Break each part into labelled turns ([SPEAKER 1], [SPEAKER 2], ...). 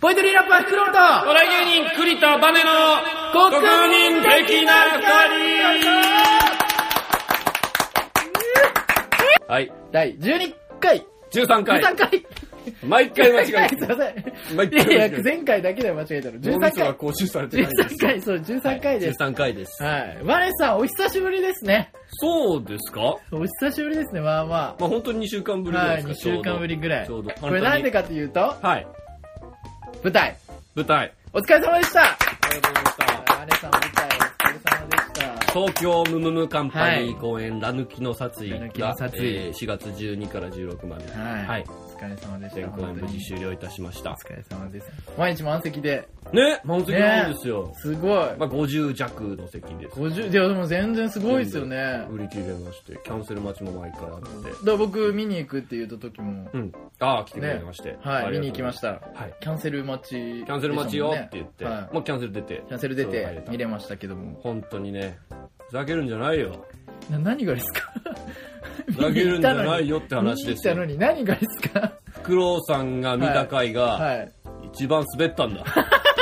[SPEAKER 1] ポイントリーラップはフクロウと
[SPEAKER 2] お笑い芸人栗田バネの
[SPEAKER 1] 国民的な二
[SPEAKER 2] はい、
[SPEAKER 1] 第12回、
[SPEAKER 2] 13
[SPEAKER 1] 13
[SPEAKER 2] 回。
[SPEAKER 1] 回、
[SPEAKER 2] 毎回間違えて
[SPEAKER 1] すい
[SPEAKER 2] る。
[SPEAKER 1] ません。
[SPEAKER 2] 毎 回間違えてる
[SPEAKER 1] いやいや、前回だけで間違えたの。13
[SPEAKER 2] 脳みそ
[SPEAKER 1] 回
[SPEAKER 2] が、更新されてないんで
[SPEAKER 1] 13
[SPEAKER 2] す。
[SPEAKER 1] 回、そう、13回です。
[SPEAKER 2] 13回です。
[SPEAKER 1] はい。ワレさん、お久しぶりですね。
[SPEAKER 2] そうですか
[SPEAKER 1] お久しぶりですね、まあま
[SPEAKER 2] まあ本当に2週間ぶ
[SPEAKER 1] あ。
[SPEAKER 2] りぐら
[SPEAKER 1] はいい、
[SPEAKER 2] で
[SPEAKER 1] 2
[SPEAKER 2] すか、
[SPEAKER 1] 週間ぶりぐらい。
[SPEAKER 2] ちょうど。ちょう
[SPEAKER 1] こ
[SPEAKER 2] ど
[SPEAKER 1] れなんでかというと、
[SPEAKER 2] はい。
[SPEAKER 1] 舞台。
[SPEAKER 2] 舞台。
[SPEAKER 1] お疲れ様でした
[SPEAKER 2] ありがとうございました。
[SPEAKER 1] ワレさん、舞台、お疲れ様でした。
[SPEAKER 2] 東京ムムムカンパニー
[SPEAKER 1] はい
[SPEAKER 2] 公演、ラヌキの殺意が
[SPEAKER 1] ラヌキの殺意
[SPEAKER 2] えー4月12から16まで、
[SPEAKER 1] はい
[SPEAKER 2] はい、
[SPEAKER 1] お疲れ様でした。
[SPEAKER 2] 全公演
[SPEAKER 1] 本当
[SPEAKER 2] 無
[SPEAKER 1] に
[SPEAKER 2] 事終了いたしまし
[SPEAKER 1] お
[SPEAKER 2] た。
[SPEAKER 1] 疲れ様です。毎日満席で。
[SPEAKER 2] ね、満席なんですよ。
[SPEAKER 1] すごい。
[SPEAKER 2] まあ、50弱の席です。
[SPEAKER 1] 50、いやでも全然すごいですよね。だか
[SPEAKER 2] 売り切れまして、キャンセル待ちも毎回あるので。
[SPEAKER 1] ら僕見に行くって言った時も、
[SPEAKER 2] うん。ああ、来てくれまして。
[SPEAKER 1] はい、見
[SPEAKER 2] ありがとう
[SPEAKER 1] に行きました。
[SPEAKER 2] はい。
[SPEAKER 1] キャンセル待ちでしたもんね、
[SPEAKER 2] キャンセル待ちよって言って、
[SPEAKER 1] はい
[SPEAKER 2] もうキャンセル出て。
[SPEAKER 1] キャンセル出
[SPEAKER 2] そう入
[SPEAKER 1] て
[SPEAKER 2] れた
[SPEAKER 1] 見れましたけども。
[SPEAKER 2] 本当にね、ふざけるんじゃない よ。
[SPEAKER 1] な何がですか
[SPEAKER 2] ふざけるんじゃないよって話ですよ
[SPEAKER 1] 見。に行ったのに何がですか
[SPEAKER 2] フクロウさんが見た回が、
[SPEAKER 1] はい。
[SPEAKER 2] 一番滑ったんだ。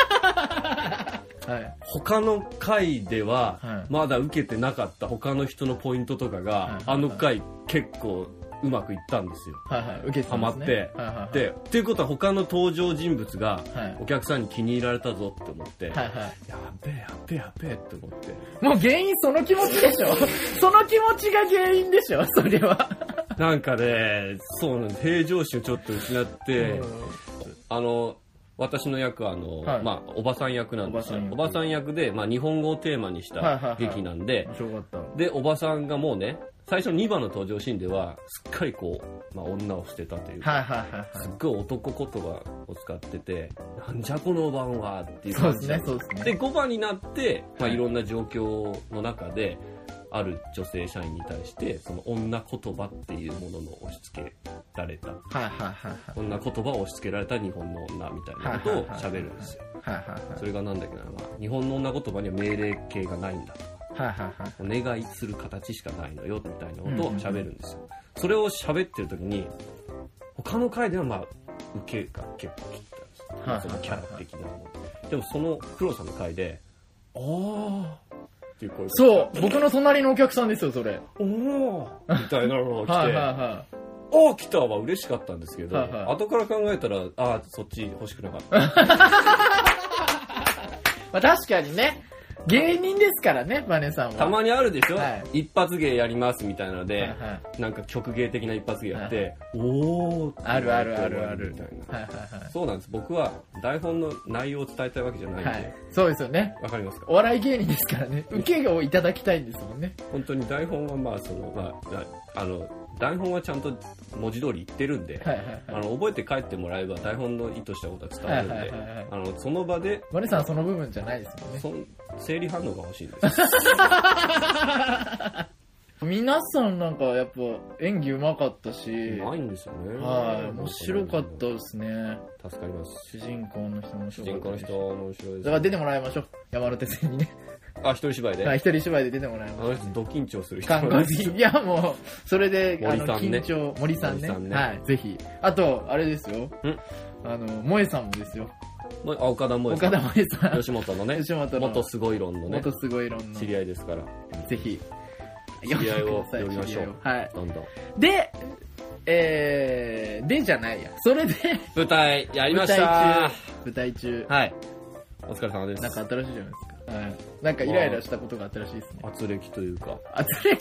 [SPEAKER 1] はい。
[SPEAKER 2] 他の回では
[SPEAKER 1] はい
[SPEAKER 2] まだ受けてなかった他の人のポイントとか
[SPEAKER 1] いは
[SPEAKER 2] が
[SPEAKER 1] い
[SPEAKER 2] あの回結構うまくいったんですよ。
[SPEAKER 1] はいはい。受けてた
[SPEAKER 2] ハ
[SPEAKER 1] ん
[SPEAKER 2] マ
[SPEAKER 1] で
[SPEAKER 2] っ
[SPEAKER 1] す
[SPEAKER 2] て。
[SPEAKER 1] ねはいはいはい、
[SPEAKER 2] で、っていうことは他の登場人物が
[SPEAKER 1] はい
[SPEAKER 2] お客さんに気に入られたぞって思って、
[SPEAKER 1] はいはい。
[SPEAKER 2] やっべえやっべえやっべえって思って、
[SPEAKER 1] もう原因その気持ちでしょその気持ちが原因でしょそれは。
[SPEAKER 2] なんかね、そうなんです平常心をちょっと失って、あの、私の役はあの、
[SPEAKER 1] はい
[SPEAKER 2] まあ、おばさん役なんですよ。お
[SPEAKER 1] おば
[SPEAKER 2] ばさ
[SPEAKER 1] さ
[SPEAKER 2] ん役で、まあ、日本語をテーマにし
[SPEAKER 1] はいは
[SPEAKER 2] た
[SPEAKER 1] いはい
[SPEAKER 2] 劇なんで、
[SPEAKER 1] 面白かった。
[SPEAKER 2] で、おばさんがもうね、最初2番の登場シーンでは、すっかりこう、まあ、女を捨てたというか、
[SPEAKER 1] はいはいはいはい
[SPEAKER 2] すっごい男言葉を使ってて、なんじゃこのおばんはっていう
[SPEAKER 1] そう
[SPEAKER 2] 感
[SPEAKER 1] です
[SPEAKER 2] じなん
[SPEAKER 1] ね、そうですね。
[SPEAKER 2] で、5番になって、まあ、
[SPEAKER 1] はい
[SPEAKER 2] いろんな状況の中で、ある女性社員に対して、その女言葉っていうものの押し付けられた、
[SPEAKER 1] はいはいはいはい。
[SPEAKER 2] 女言葉を押し付けられた日本の女みたいなことを喋るんですよ。
[SPEAKER 1] はいはい
[SPEAKER 2] それがなんだっけな、まあ、日本の女言葉には命令形がないんだと。
[SPEAKER 1] はい。はいはいはい。
[SPEAKER 2] お願いする形しかないのよみたいなことを喋るんですよ、それを喋ってる時に他の回ではまあ受けが結構切ったんですよ、
[SPEAKER 1] はい
[SPEAKER 2] そのキャラ的なものでもその黒さんの回で「ああ」っていう声が
[SPEAKER 1] そう、僕の隣のお客さんですよ、それ。
[SPEAKER 2] 「おお」みたいなのが
[SPEAKER 1] はいはい
[SPEAKER 2] 来て
[SPEAKER 1] は
[SPEAKER 2] 「おお来た」は嬉しかったんですけど、
[SPEAKER 1] はいはい
[SPEAKER 2] 後から考えたら「ああそっち欲しくなかった」
[SPEAKER 1] い。まあ確かにね、芸人ですからね、バネさんは。
[SPEAKER 2] たまにあるでしょ、
[SPEAKER 1] は
[SPEAKER 2] 一発芸やりますみたいなので、
[SPEAKER 1] はいはいは
[SPEAKER 2] なんか曲芸的な一発芸やって、
[SPEAKER 1] は
[SPEAKER 2] おーって
[SPEAKER 1] あるあるあるある
[SPEAKER 2] みたいない
[SPEAKER 1] は
[SPEAKER 2] そうなんです。僕は台本の内容を伝えたいわけじゃない
[SPEAKER 1] い。
[SPEAKER 2] んで、
[SPEAKER 1] は
[SPEAKER 2] わ、
[SPEAKER 1] い。そうですよね。
[SPEAKER 2] かりますか
[SPEAKER 1] お笑い芸人ですからね、受けをいただきたいんですもんね。
[SPEAKER 2] 本当に台本はまあ、その、まあな、あの、台本はちゃんと文字通り言ってるんで、
[SPEAKER 1] はいはい
[SPEAKER 2] あ
[SPEAKER 1] はい。
[SPEAKER 2] の、覚えて帰ってもらえば台本の意図したことは伝わるんで、
[SPEAKER 1] はいはいはいはい
[SPEAKER 2] あの、その場で、
[SPEAKER 1] バネさんはその部分じゃないですもんね。
[SPEAKER 2] そん生理反応が欲しいんです。
[SPEAKER 1] 皆さんなんかやっぱ演技うまかったし、
[SPEAKER 2] ないんですよね。
[SPEAKER 1] はい、面白かったですね。
[SPEAKER 2] た。助かりま
[SPEAKER 1] 主
[SPEAKER 2] す。
[SPEAKER 1] 人公の人面
[SPEAKER 2] 主
[SPEAKER 1] 白かったです
[SPEAKER 2] 人公の人面白いです、
[SPEAKER 1] だから出てもらいましょう。山手線にね。
[SPEAKER 2] あ、一人芝居で。
[SPEAKER 1] はい、一人芝居で出てもらいましょう
[SPEAKER 2] あの人、ド緊張する人。
[SPEAKER 1] 看護師。いや、もう、それで、あの、
[SPEAKER 2] 森さんね
[SPEAKER 1] 緊張、森さんね。
[SPEAKER 2] 森さんね
[SPEAKER 1] はい、ぜひ。あと、あれですよ。
[SPEAKER 2] ん
[SPEAKER 1] あの、萌えさんもですよ。
[SPEAKER 2] まあ、岡田萌
[SPEAKER 1] 岡
[SPEAKER 2] さ
[SPEAKER 1] 田
[SPEAKER 2] ん。
[SPEAKER 1] 萌えさん。
[SPEAKER 2] 吉本のね、
[SPEAKER 1] 吉本の
[SPEAKER 2] 元すごい論のね、
[SPEAKER 1] 元すごい論の。
[SPEAKER 2] 知り合いですから。
[SPEAKER 1] ぜひ。
[SPEAKER 2] 知り合いを呼
[SPEAKER 1] 読ん
[SPEAKER 2] び
[SPEAKER 1] でください
[SPEAKER 2] ましょう
[SPEAKER 1] 知り合いをはい。
[SPEAKER 2] どんどん。
[SPEAKER 1] で、えー、でじゃないや。それで、
[SPEAKER 2] 舞台やりま
[SPEAKER 1] 舞
[SPEAKER 2] し
[SPEAKER 1] 台
[SPEAKER 2] た
[SPEAKER 1] 中、舞台中、
[SPEAKER 2] はい。お疲れ様です。
[SPEAKER 1] なんか新しいじゃないですか。はい。なんかイライラしたことがあったらしいですね。
[SPEAKER 2] 圧力というか。
[SPEAKER 1] あ、それ、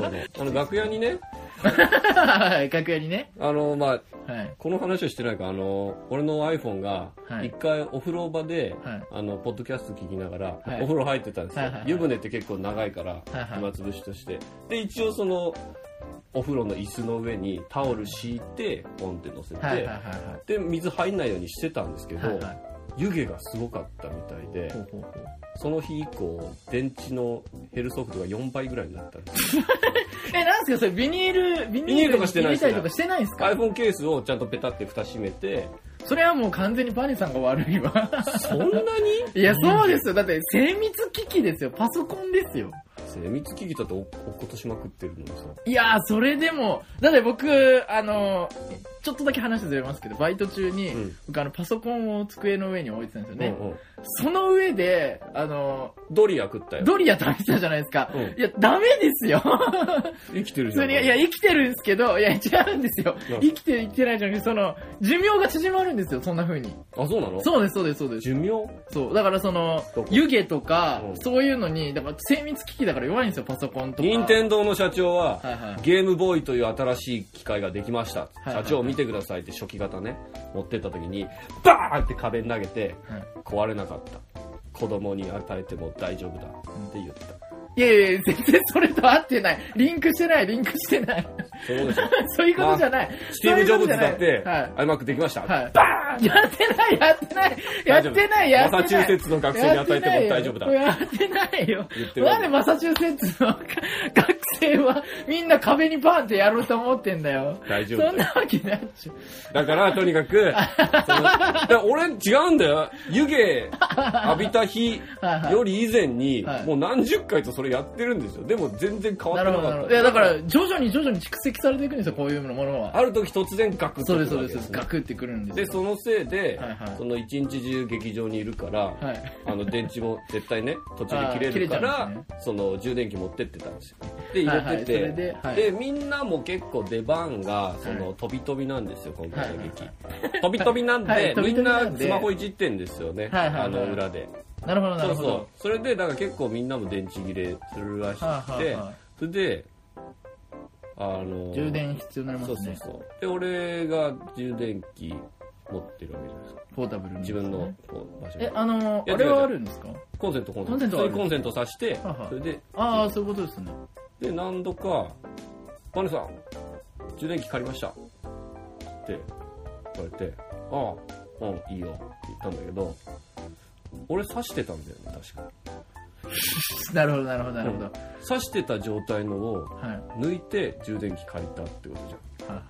[SPEAKER 2] あの、楽屋にね、
[SPEAKER 1] はい、楽屋にね。
[SPEAKER 2] あの、まあ、
[SPEAKER 1] はい。
[SPEAKER 2] この話をしてないか、あの、俺の iPhone が
[SPEAKER 1] は、い
[SPEAKER 2] 一回お風呂場で、
[SPEAKER 1] はい
[SPEAKER 2] あの、ポッドキャスト聞きながら、
[SPEAKER 1] はい
[SPEAKER 2] お風呂入ってたんです
[SPEAKER 1] は
[SPEAKER 2] よ
[SPEAKER 1] いはい。はい
[SPEAKER 2] 湯船って結構長いから、
[SPEAKER 1] いはい
[SPEAKER 2] 暇つぶしとして。で、一応その、お風呂の椅子の上にタオル敷いて、ポンって乗せて、
[SPEAKER 1] はいはいはいは
[SPEAKER 2] で、水入んないようにしてたんですけ
[SPEAKER 1] い。
[SPEAKER 2] ど、
[SPEAKER 1] はいはい。
[SPEAKER 2] 湯気がすごかったみたいで、
[SPEAKER 1] ほうほうほう。
[SPEAKER 2] その日以降、電池の減る速度が4倍ぐらいになったんですよ。
[SPEAKER 1] え、なんすかそれ、ビニール、ビ
[SPEAKER 2] ビニールとかしてない
[SPEAKER 1] 入れ
[SPEAKER 2] です
[SPEAKER 1] た
[SPEAKER 2] ね
[SPEAKER 1] りとかしてないんですか
[SPEAKER 2] iPhone ケースをちゃんとペタって蓋閉めて、
[SPEAKER 1] それはもう完全にバネさんが悪い わ。
[SPEAKER 2] そんなに
[SPEAKER 1] いや、そうですよ。だって、精密機器ですよ。パソコンですよ。
[SPEAKER 2] 精密機器だと落っことしまくってるのにさ。
[SPEAKER 1] いやー、それでも、だって僕、あの、ちょっとだけ話ずれますけど、バイト中に、
[SPEAKER 2] うん
[SPEAKER 1] 僕あの、パソコンを机の上に置いてたんですよね。
[SPEAKER 2] うんうん
[SPEAKER 1] その上で、あの、
[SPEAKER 2] ドリア食ったよ。
[SPEAKER 1] ドリア食べてたじゃないですか。
[SPEAKER 2] うん
[SPEAKER 1] いや、ダメです よ。
[SPEAKER 2] 生きてる
[SPEAKER 1] 普
[SPEAKER 2] じゃ
[SPEAKER 1] 通
[SPEAKER 2] ん。
[SPEAKER 1] に、いや、生きてるんですけど、いや、違うんですよ
[SPEAKER 2] うん。
[SPEAKER 1] 生きてる、生きてないじゃなくて、その、寿命が縮まるんですよ、そんな風に。
[SPEAKER 2] あ、そうなの
[SPEAKER 1] そうです、そうです、そうです。
[SPEAKER 2] 寿命
[SPEAKER 1] そう。だからその
[SPEAKER 2] どこ、
[SPEAKER 1] 湯気とか
[SPEAKER 2] う、ん
[SPEAKER 1] そういうのに、だから精密機器だから弱いんですよ、パソコンとか。
[SPEAKER 2] 任天堂の社長は、
[SPEAKER 1] はいはい。
[SPEAKER 2] ゲームボーイという新しい機械ができました。
[SPEAKER 1] い
[SPEAKER 2] 社長見てくださいって初期型ね、持ってった時に、バーンって壁に投げて、
[SPEAKER 1] はい
[SPEAKER 2] 壊れなかった。子供に与えても大丈夫だって言った。
[SPEAKER 1] いやいやいや、全然それと合ってない。リンクしてない、リンクしてない。
[SPEAKER 2] そうでしょ。
[SPEAKER 1] そういうことじゃない。
[SPEAKER 2] スティーブ・ジョブズだっ
[SPEAKER 1] そういうこ
[SPEAKER 2] て、
[SPEAKER 1] とじゃないはい。
[SPEAKER 2] iMac できました。
[SPEAKER 1] はい。バーンやってない、やってない、やってない、や
[SPEAKER 2] マ
[SPEAKER 1] ってない。
[SPEAKER 2] サチューセッツの学生に与えても大丈夫だ。
[SPEAKER 1] やってないよ。
[SPEAKER 2] 言ってるわ
[SPEAKER 1] な
[SPEAKER 2] け
[SPEAKER 1] んでマサチューセッツの学生はみんな壁にバーンってやろうと思ってんだよ。
[SPEAKER 2] 大丈
[SPEAKER 1] そん
[SPEAKER 2] 夫だよ。
[SPEAKER 1] なわけないっちゅう。
[SPEAKER 2] だから、と にかく、そのだから俺違うんだよ。湯気浴びた日
[SPEAKER 1] はいはい
[SPEAKER 2] より以前に、
[SPEAKER 1] はい
[SPEAKER 2] もう何十回とそれやってるんですよ。でも全然変わ
[SPEAKER 1] な
[SPEAKER 2] って
[SPEAKER 1] るほ
[SPEAKER 2] な
[SPEAKER 1] ど、なるほ
[SPEAKER 2] かっ
[SPEAKER 1] ど。い
[SPEAKER 2] た。
[SPEAKER 1] や、だから徐々に徐々に蓄積されていくんですよ、こういうものは。
[SPEAKER 2] ある時突然ガクッ
[SPEAKER 1] そ
[SPEAKER 2] と
[SPEAKER 1] うで
[SPEAKER 2] くる
[SPEAKER 1] す、そう
[SPEAKER 2] わ
[SPEAKER 1] で
[SPEAKER 2] け
[SPEAKER 1] す。
[SPEAKER 2] ね
[SPEAKER 1] ガクってくるんです
[SPEAKER 2] で、
[SPEAKER 1] よ。
[SPEAKER 2] そのせいで、
[SPEAKER 1] はいはい
[SPEAKER 2] その一日中劇場にいるから、
[SPEAKER 1] はい。
[SPEAKER 2] あの電 池も絶対ね、途中
[SPEAKER 1] あ
[SPEAKER 2] で切れるか
[SPEAKER 1] ー切れちゃう
[SPEAKER 2] ら、
[SPEAKER 1] んです
[SPEAKER 2] その充電器持ってってたんですよ。で、
[SPEAKER 1] は
[SPEAKER 2] 入
[SPEAKER 1] いはい
[SPEAKER 2] れてて、
[SPEAKER 1] それではい
[SPEAKER 2] みんなも結構出番が、その、
[SPEAKER 1] はい
[SPEAKER 2] 飛び飛びなんですよ、今回の劇。
[SPEAKER 1] は
[SPEAKER 2] 飛び飛びなんで、
[SPEAKER 1] はい飛
[SPEAKER 2] み
[SPEAKER 1] び飛び
[SPEAKER 2] んな
[SPEAKER 1] なんで
[SPEAKER 2] スマホいじってんですよね、
[SPEAKER 1] はいはいはい
[SPEAKER 2] あの裏で。
[SPEAKER 1] なるほど、な
[SPEAKER 2] そ
[SPEAKER 1] る
[SPEAKER 2] う
[SPEAKER 1] ほ
[SPEAKER 2] そ
[SPEAKER 1] ど。
[SPEAKER 2] う。それで、だから結構みんなも電池切れするらしくて、
[SPEAKER 1] はいはいは
[SPEAKER 2] それで、あの、
[SPEAKER 1] い。充電必要になりま
[SPEAKER 2] そう
[SPEAKER 1] す
[SPEAKER 2] そう
[SPEAKER 1] ね。
[SPEAKER 2] そう。で、俺が充電器持ってるわけじゃないですか。
[SPEAKER 1] ポータブルの
[SPEAKER 2] 自分のこう場所に
[SPEAKER 1] え、あの
[SPEAKER 2] いや
[SPEAKER 1] ー、あれはあるんですか
[SPEAKER 2] コンセントコンセ
[SPEAKER 1] コ
[SPEAKER 2] ン
[SPEAKER 1] ンセン
[SPEAKER 2] ト
[SPEAKER 1] ト
[SPEAKER 2] そ
[SPEAKER 1] はあ
[SPEAKER 2] ういう
[SPEAKER 1] る
[SPEAKER 2] コンセント挿して
[SPEAKER 1] はいはい
[SPEAKER 2] それで
[SPEAKER 1] ああ、そういうことですね。
[SPEAKER 2] で何度か「バネさん充電器借りました」って言われて「ああうんいいよ」って言ったんだけど俺挿してたんだよね確か
[SPEAKER 1] なるほど、なるほど、なるほど。はい。
[SPEAKER 2] 挿してた状態のを
[SPEAKER 1] はいはい
[SPEAKER 2] 抜いて充電器借りたってことじゃん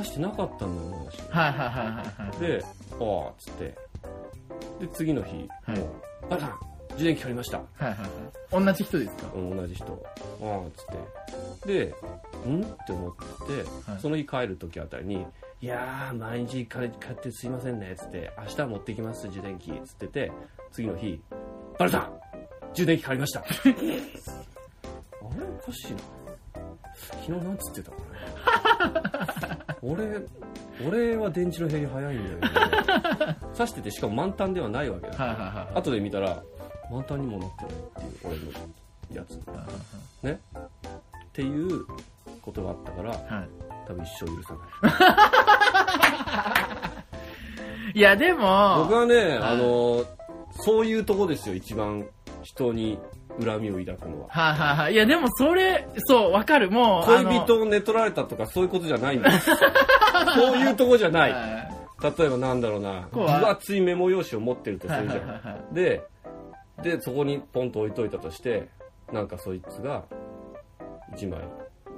[SPEAKER 2] 挿してなかったんだよね私
[SPEAKER 1] はい。はいはいはいはいはい。
[SPEAKER 2] で、ああ、つって。で、次の日、
[SPEAKER 1] はい
[SPEAKER 2] もう、バカさん、充電器借りました。
[SPEAKER 1] はいはいはい。同じ人ですか
[SPEAKER 2] うん同じ人。ああ、つって。で、んって思って、
[SPEAKER 1] はい
[SPEAKER 2] その日帰る時あたりに、いやー、毎日借り買ってすいませんね、つって、明日持ってきます、充電器、つってて、次の日、バルさん充電器借りました。あ れおかしいな。昨日なんつってたかな俺、俺は電池の減り早いんだよね。刺してて、しかも満タンではないわけだ。
[SPEAKER 1] はいはいはいはい。
[SPEAKER 2] 後で見たら、満タンにもなってないっていう、俺のやつ。
[SPEAKER 1] はい
[SPEAKER 2] ねっていうことがあったから
[SPEAKER 1] はいはい
[SPEAKER 2] 多分一生許さない
[SPEAKER 1] いや、でも
[SPEAKER 2] 僕、はねあのそういうとこですよ一番人に恨みを抱くのは
[SPEAKER 1] はいはいはい。いや、でもそれ、そう、わかる。もう、
[SPEAKER 2] 恋人を寝取られたとかそういうことじゃないんです そういうとこじゃ
[SPEAKER 1] あ
[SPEAKER 2] な
[SPEAKER 1] の
[SPEAKER 2] い例えばなんだろうな
[SPEAKER 1] こうは
[SPEAKER 2] 分厚いメモ用紙を持ってるとす
[SPEAKER 1] はい
[SPEAKER 2] る
[SPEAKER 1] は
[SPEAKER 2] じ
[SPEAKER 1] い
[SPEAKER 2] ゃん
[SPEAKER 1] はいはい。
[SPEAKER 2] ででそこにポンと置いといたとしてなんかそいつが1枚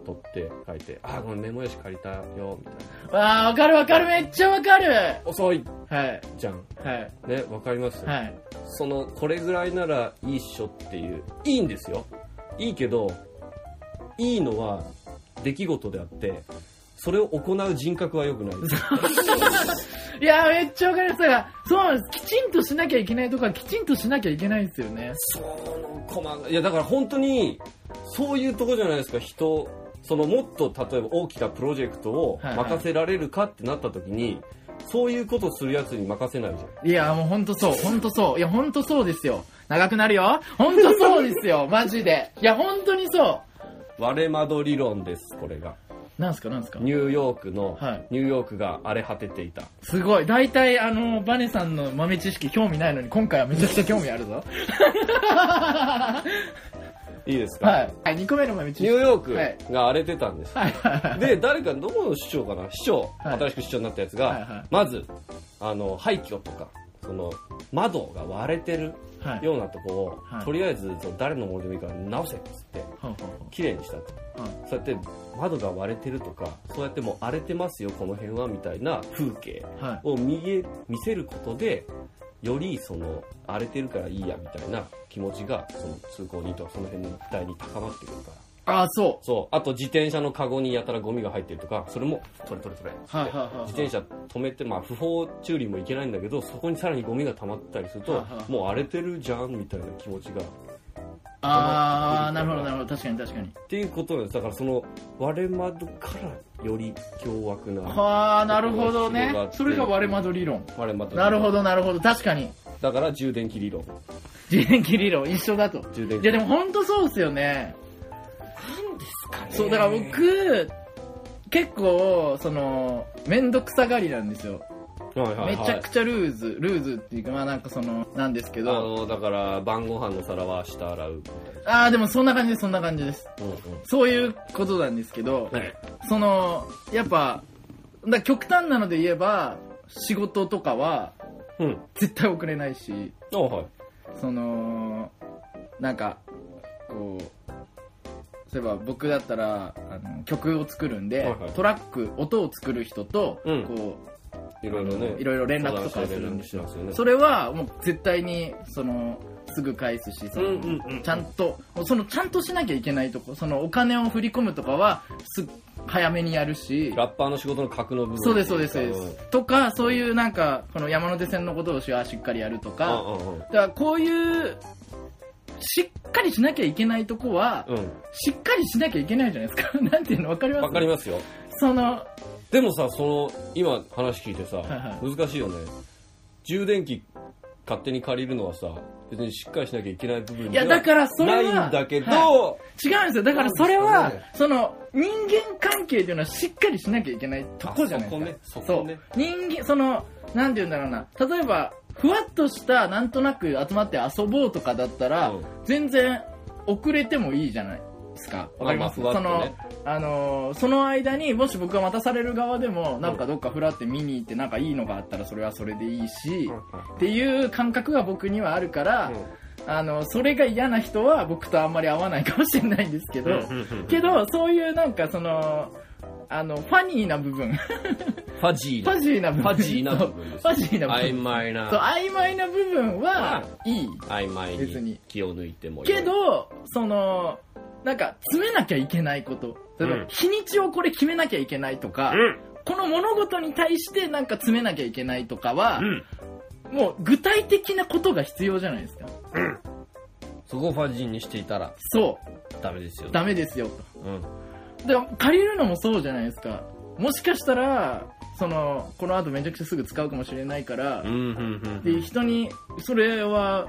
[SPEAKER 2] 取って書いて「ああごめんメモ用紙借りたよ」みたい
[SPEAKER 1] わあ、わかるわかる。めっちゃわかる。
[SPEAKER 2] な遅い
[SPEAKER 1] はい。
[SPEAKER 2] じゃん
[SPEAKER 1] はい。
[SPEAKER 2] ねわかります
[SPEAKER 1] はい。
[SPEAKER 2] そのこれぐらいならいいっしょっていういいんですよいいけどいいのは出来事であってそれを行う人格は良くないです
[SPEAKER 1] いや、めっちゃわかります。だからそうなんです。きちんとしなきゃいけないとか、きちんとしなきゃいけないんですよね。
[SPEAKER 2] その細かいやだから本当にそういうとこじゃないですか人そのもっと例えば大きなプロジェクトを
[SPEAKER 1] はいはい
[SPEAKER 2] 任せられるかってなった時に、そういうことするやつに任せないじゃん
[SPEAKER 1] いや、もうほんとそう、ほんとそう。いや、ほんとそうですよ。長くなるよ。ほんと そうですよ、マジで。いや、ほんとにそ
[SPEAKER 2] 割れ窓理論ですこれが
[SPEAKER 1] う。なんすか、なんすか。
[SPEAKER 2] ニューヨークの、
[SPEAKER 1] はい
[SPEAKER 2] ニューヨークが荒れ果てていた
[SPEAKER 1] すごい。大体、あの、バネさんの豆知識興味ないのに、今回はめちゃくちゃ興味あるぞ。
[SPEAKER 2] いいですか、
[SPEAKER 1] はい。はい、2個目の豆知
[SPEAKER 2] ニュ
[SPEAKER 1] 識。
[SPEAKER 2] ーヨークが荒れてたんです。
[SPEAKER 1] はいはいはい。
[SPEAKER 2] で、誰か、どこの市長かな市長、
[SPEAKER 1] はい
[SPEAKER 2] 新しく市長になったやつ
[SPEAKER 1] はいは
[SPEAKER 2] が
[SPEAKER 1] い、
[SPEAKER 2] まず、あの、廃墟とか、その、窓が割れてる
[SPEAKER 1] はい。
[SPEAKER 2] ようなとこ
[SPEAKER 1] は
[SPEAKER 2] を、
[SPEAKER 1] い
[SPEAKER 2] とりあえず、そう誰のものでもいいから直せっつって、
[SPEAKER 1] ほうほうほ
[SPEAKER 2] 綺麗にしたと。
[SPEAKER 1] うはい
[SPEAKER 2] そうやって、窓が割れてるとか、そうやってもう荒れてますよ、この辺は、みたいな風景
[SPEAKER 1] はい。
[SPEAKER 2] を見え、見せることで、よりその荒れてるからいいやみたいな気持ちがその通行人とかその辺の一帯に高まってくるから
[SPEAKER 1] ああ、そ
[SPEAKER 2] そう。あと自転車のカゴにやたらゴミが入ってるとか、それも、取れ取れ取れ。
[SPEAKER 1] う。はいはいはい。
[SPEAKER 2] 自転車止めて、まあ不法駐輪もいけないんだけど、そこにさらにゴミが溜まったりすると
[SPEAKER 1] はいは、い
[SPEAKER 2] もう荒れてるじゃんみたいな気持ちが。っ
[SPEAKER 1] ああ、なるほどなるほど。確かに確かに。
[SPEAKER 2] ていうことなんです。だからその、割れ窓からより凶悪な
[SPEAKER 1] はあ、なるほどね。それが割れ窓理論。
[SPEAKER 2] 割れ窓。
[SPEAKER 1] なるほ。どなるほど。確かに。
[SPEAKER 2] だから充電器理論。
[SPEAKER 1] 自電気理論一緒だと。
[SPEAKER 2] 充電器。
[SPEAKER 1] いやでも本当そうっすよね。
[SPEAKER 2] なんですかね
[SPEAKER 1] そう、だから僕、結構、その、めんどくさがりなんですよ。
[SPEAKER 2] はいは
[SPEAKER 1] め
[SPEAKER 2] いはい
[SPEAKER 1] ちゃくちゃルーズ、ルーズっていうか、まあなんかその、なんですけ
[SPEAKER 2] あ
[SPEAKER 1] ど。
[SPEAKER 2] の、だから晩ご飯の皿は下洗うみたい
[SPEAKER 1] ああ、でもそんな感じです、そんな感じです。
[SPEAKER 2] な。うんうん。
[SPEAKER 1] そういうことなんですけど、
[SPEAKER 2] はい。
[SPEAKER 1] その、やっぱ、だ極端なので言えば、仕事とかは
[SPEAKER 2] うん。
[SPEAKER 1] 絶対遅れないし、
[SPEAKER 2] あはい。
[SPEAKER 1] その、なんか、こう、そういえば僕だったら、あの曲を作るんで、
[SPEAKER 2] はいはい
[SPEAKER 1] トラック、音を作る人と、
[SPEAKER 2] うん
[SPEAKER 1] こ
[SPEAKER 2] いろいろね。
[SPEAKER 1] いろいろ連絡とかをするんです
[SPEAKER 2] よ。
[SPEAKER 1] う、それはもう絶対に、その、すぐ返すし、その、
[SPEAKER 2] うんうんうん
[SPEAKER 1] ちゃんと、その、ちゃんとしなきゃいけないとこ、その、お金を振り込むとかは、す、早めにやるし、
[SPEAKER 2] ラッパーの仕事の格の部分。
[SPEAKER 1] そうです、そうです、そうです。とか、そういうなんか、この山手線のことをしはしっかりやると
[SPEAKER 2] うん。
[SPEAKER 1] か、
[SPEAKER 2] うんうん
[SPEAKER 1] だからこういう、しっかりしなきゃいけないとこは、
[SPEAKER 2] うん。
[SPEAKER 1] しっかりしなきゃいけないじゃないですか。 なんていうのわかり
[SPEAKER 2] うん
[SPEAKER 1] ます
[SPEAKER 2] わかりますよ。
[SPEAKER 1] その、
[SPEAKER 2] でもさ、その、今話聞いてさ
[SPEAKER 1] いは、
[SPEAKER 2] 難しいよね。充電器勝手に借りるのはさ、別にしっかりしなきゃいけない部分
[SPEAKER 1] い
[SPEAKER 2] では
[SPEAKER 1] や、だからそれは、
[SPEAKER 2] ないんだけ
[SPEAKER 1] は
[SPEAKER 2] ど、
[SPEAKER 1] い違うんですよ。だからそれは、
[SPEAKER 2] なんですか
[SPEAKER 1] その、人間関係というのはしっかりしなきゃいけないとこじゃないですか。
[SPEAKER 2] あそこねそこね
[SPEAKER 1] そう。人間、その、なんて言うんだろうな。例えば、ふわっとした、なんとなく集まって遊ぼうとかだったら、
[SPEAKER 2] うん
[SPEAKER 1] 全然遅れてもいいじゃないですか。わかります、
[SPEAKER 2] まあまあ
[SPEAKER 1] そ
[SPEAKER 2] ふわっと
[SPEAKER 1] の
[SPEAKER 2] ね、
[SPEAKER 1] あのーその間に、もし僕が待たされる側でも、なんかどっかふらって見に行って、なんかいいのがあったらそれはそれでいいし、っていう感覚が僕にはあるから、あの、それが嫌な人は僕とあんまり合わないかもしれないんですけど、けど、そういうなんかその、あの、ファニーな部分、フ
[SPEAKER 2] ファジーな。
[SPEAKER 1] ァジーな部分。
[SPEAKER 2] ファジーな部分です
[SPEAKER 1] そうファジーな部
[SPEAKER 2] 曖
[SPEAKER 1] 分。
[SPEAKER 2] 昧
[SPEAKER 1] そう、
[SPEAKER 2] な。
[SPEAKER 1] 曖昧な部分は
[SPEAKER 2] ま、
[SPEAKER 1] いい。
[SPEAKER 2] 曖昧
[SPEAKER 1] 別
[SPEAKER 2] に
[SPEAKER 1] に
[SPEAKER 2] 気を抜いてもいい
[SPEAKER 1] け、ど、その、なんか、詰めなきゃいけないこと。例えば
[SPEAKER 2] うん
[SPEAKER 1] 日にちをこれ決めなきゃいけないとか、
[SPEAKER 2] う
[SPEAKER 1] この物事に対してなんか詰めなきゃいけないとかは、
[SPEAKER 2] ん。うん。
[SPEAKER 1] もう具体的なことが必要じゃないですか。
[SPEAKER 2] そこをファジーにしていたら
[SPEAKER 1] そ
[SPEAKER 2] ダメですよ
[SPEAKER 1] う、
[SPEAKER 2] ね。
[SPEAKER 1] ダメですよ、と。
[SPEAKER 2] うん。
[SPEAKER 1] で借りるのもそうじゃないですかもしかしたらそのこの後めちゃくちゃすぐ使うかもしれないから、
[SPEAKER 2] うんうんうんう
[SPEAKER 1] で
[SPEAKER 2] ん。
[SPEAKER 1] 人にそれは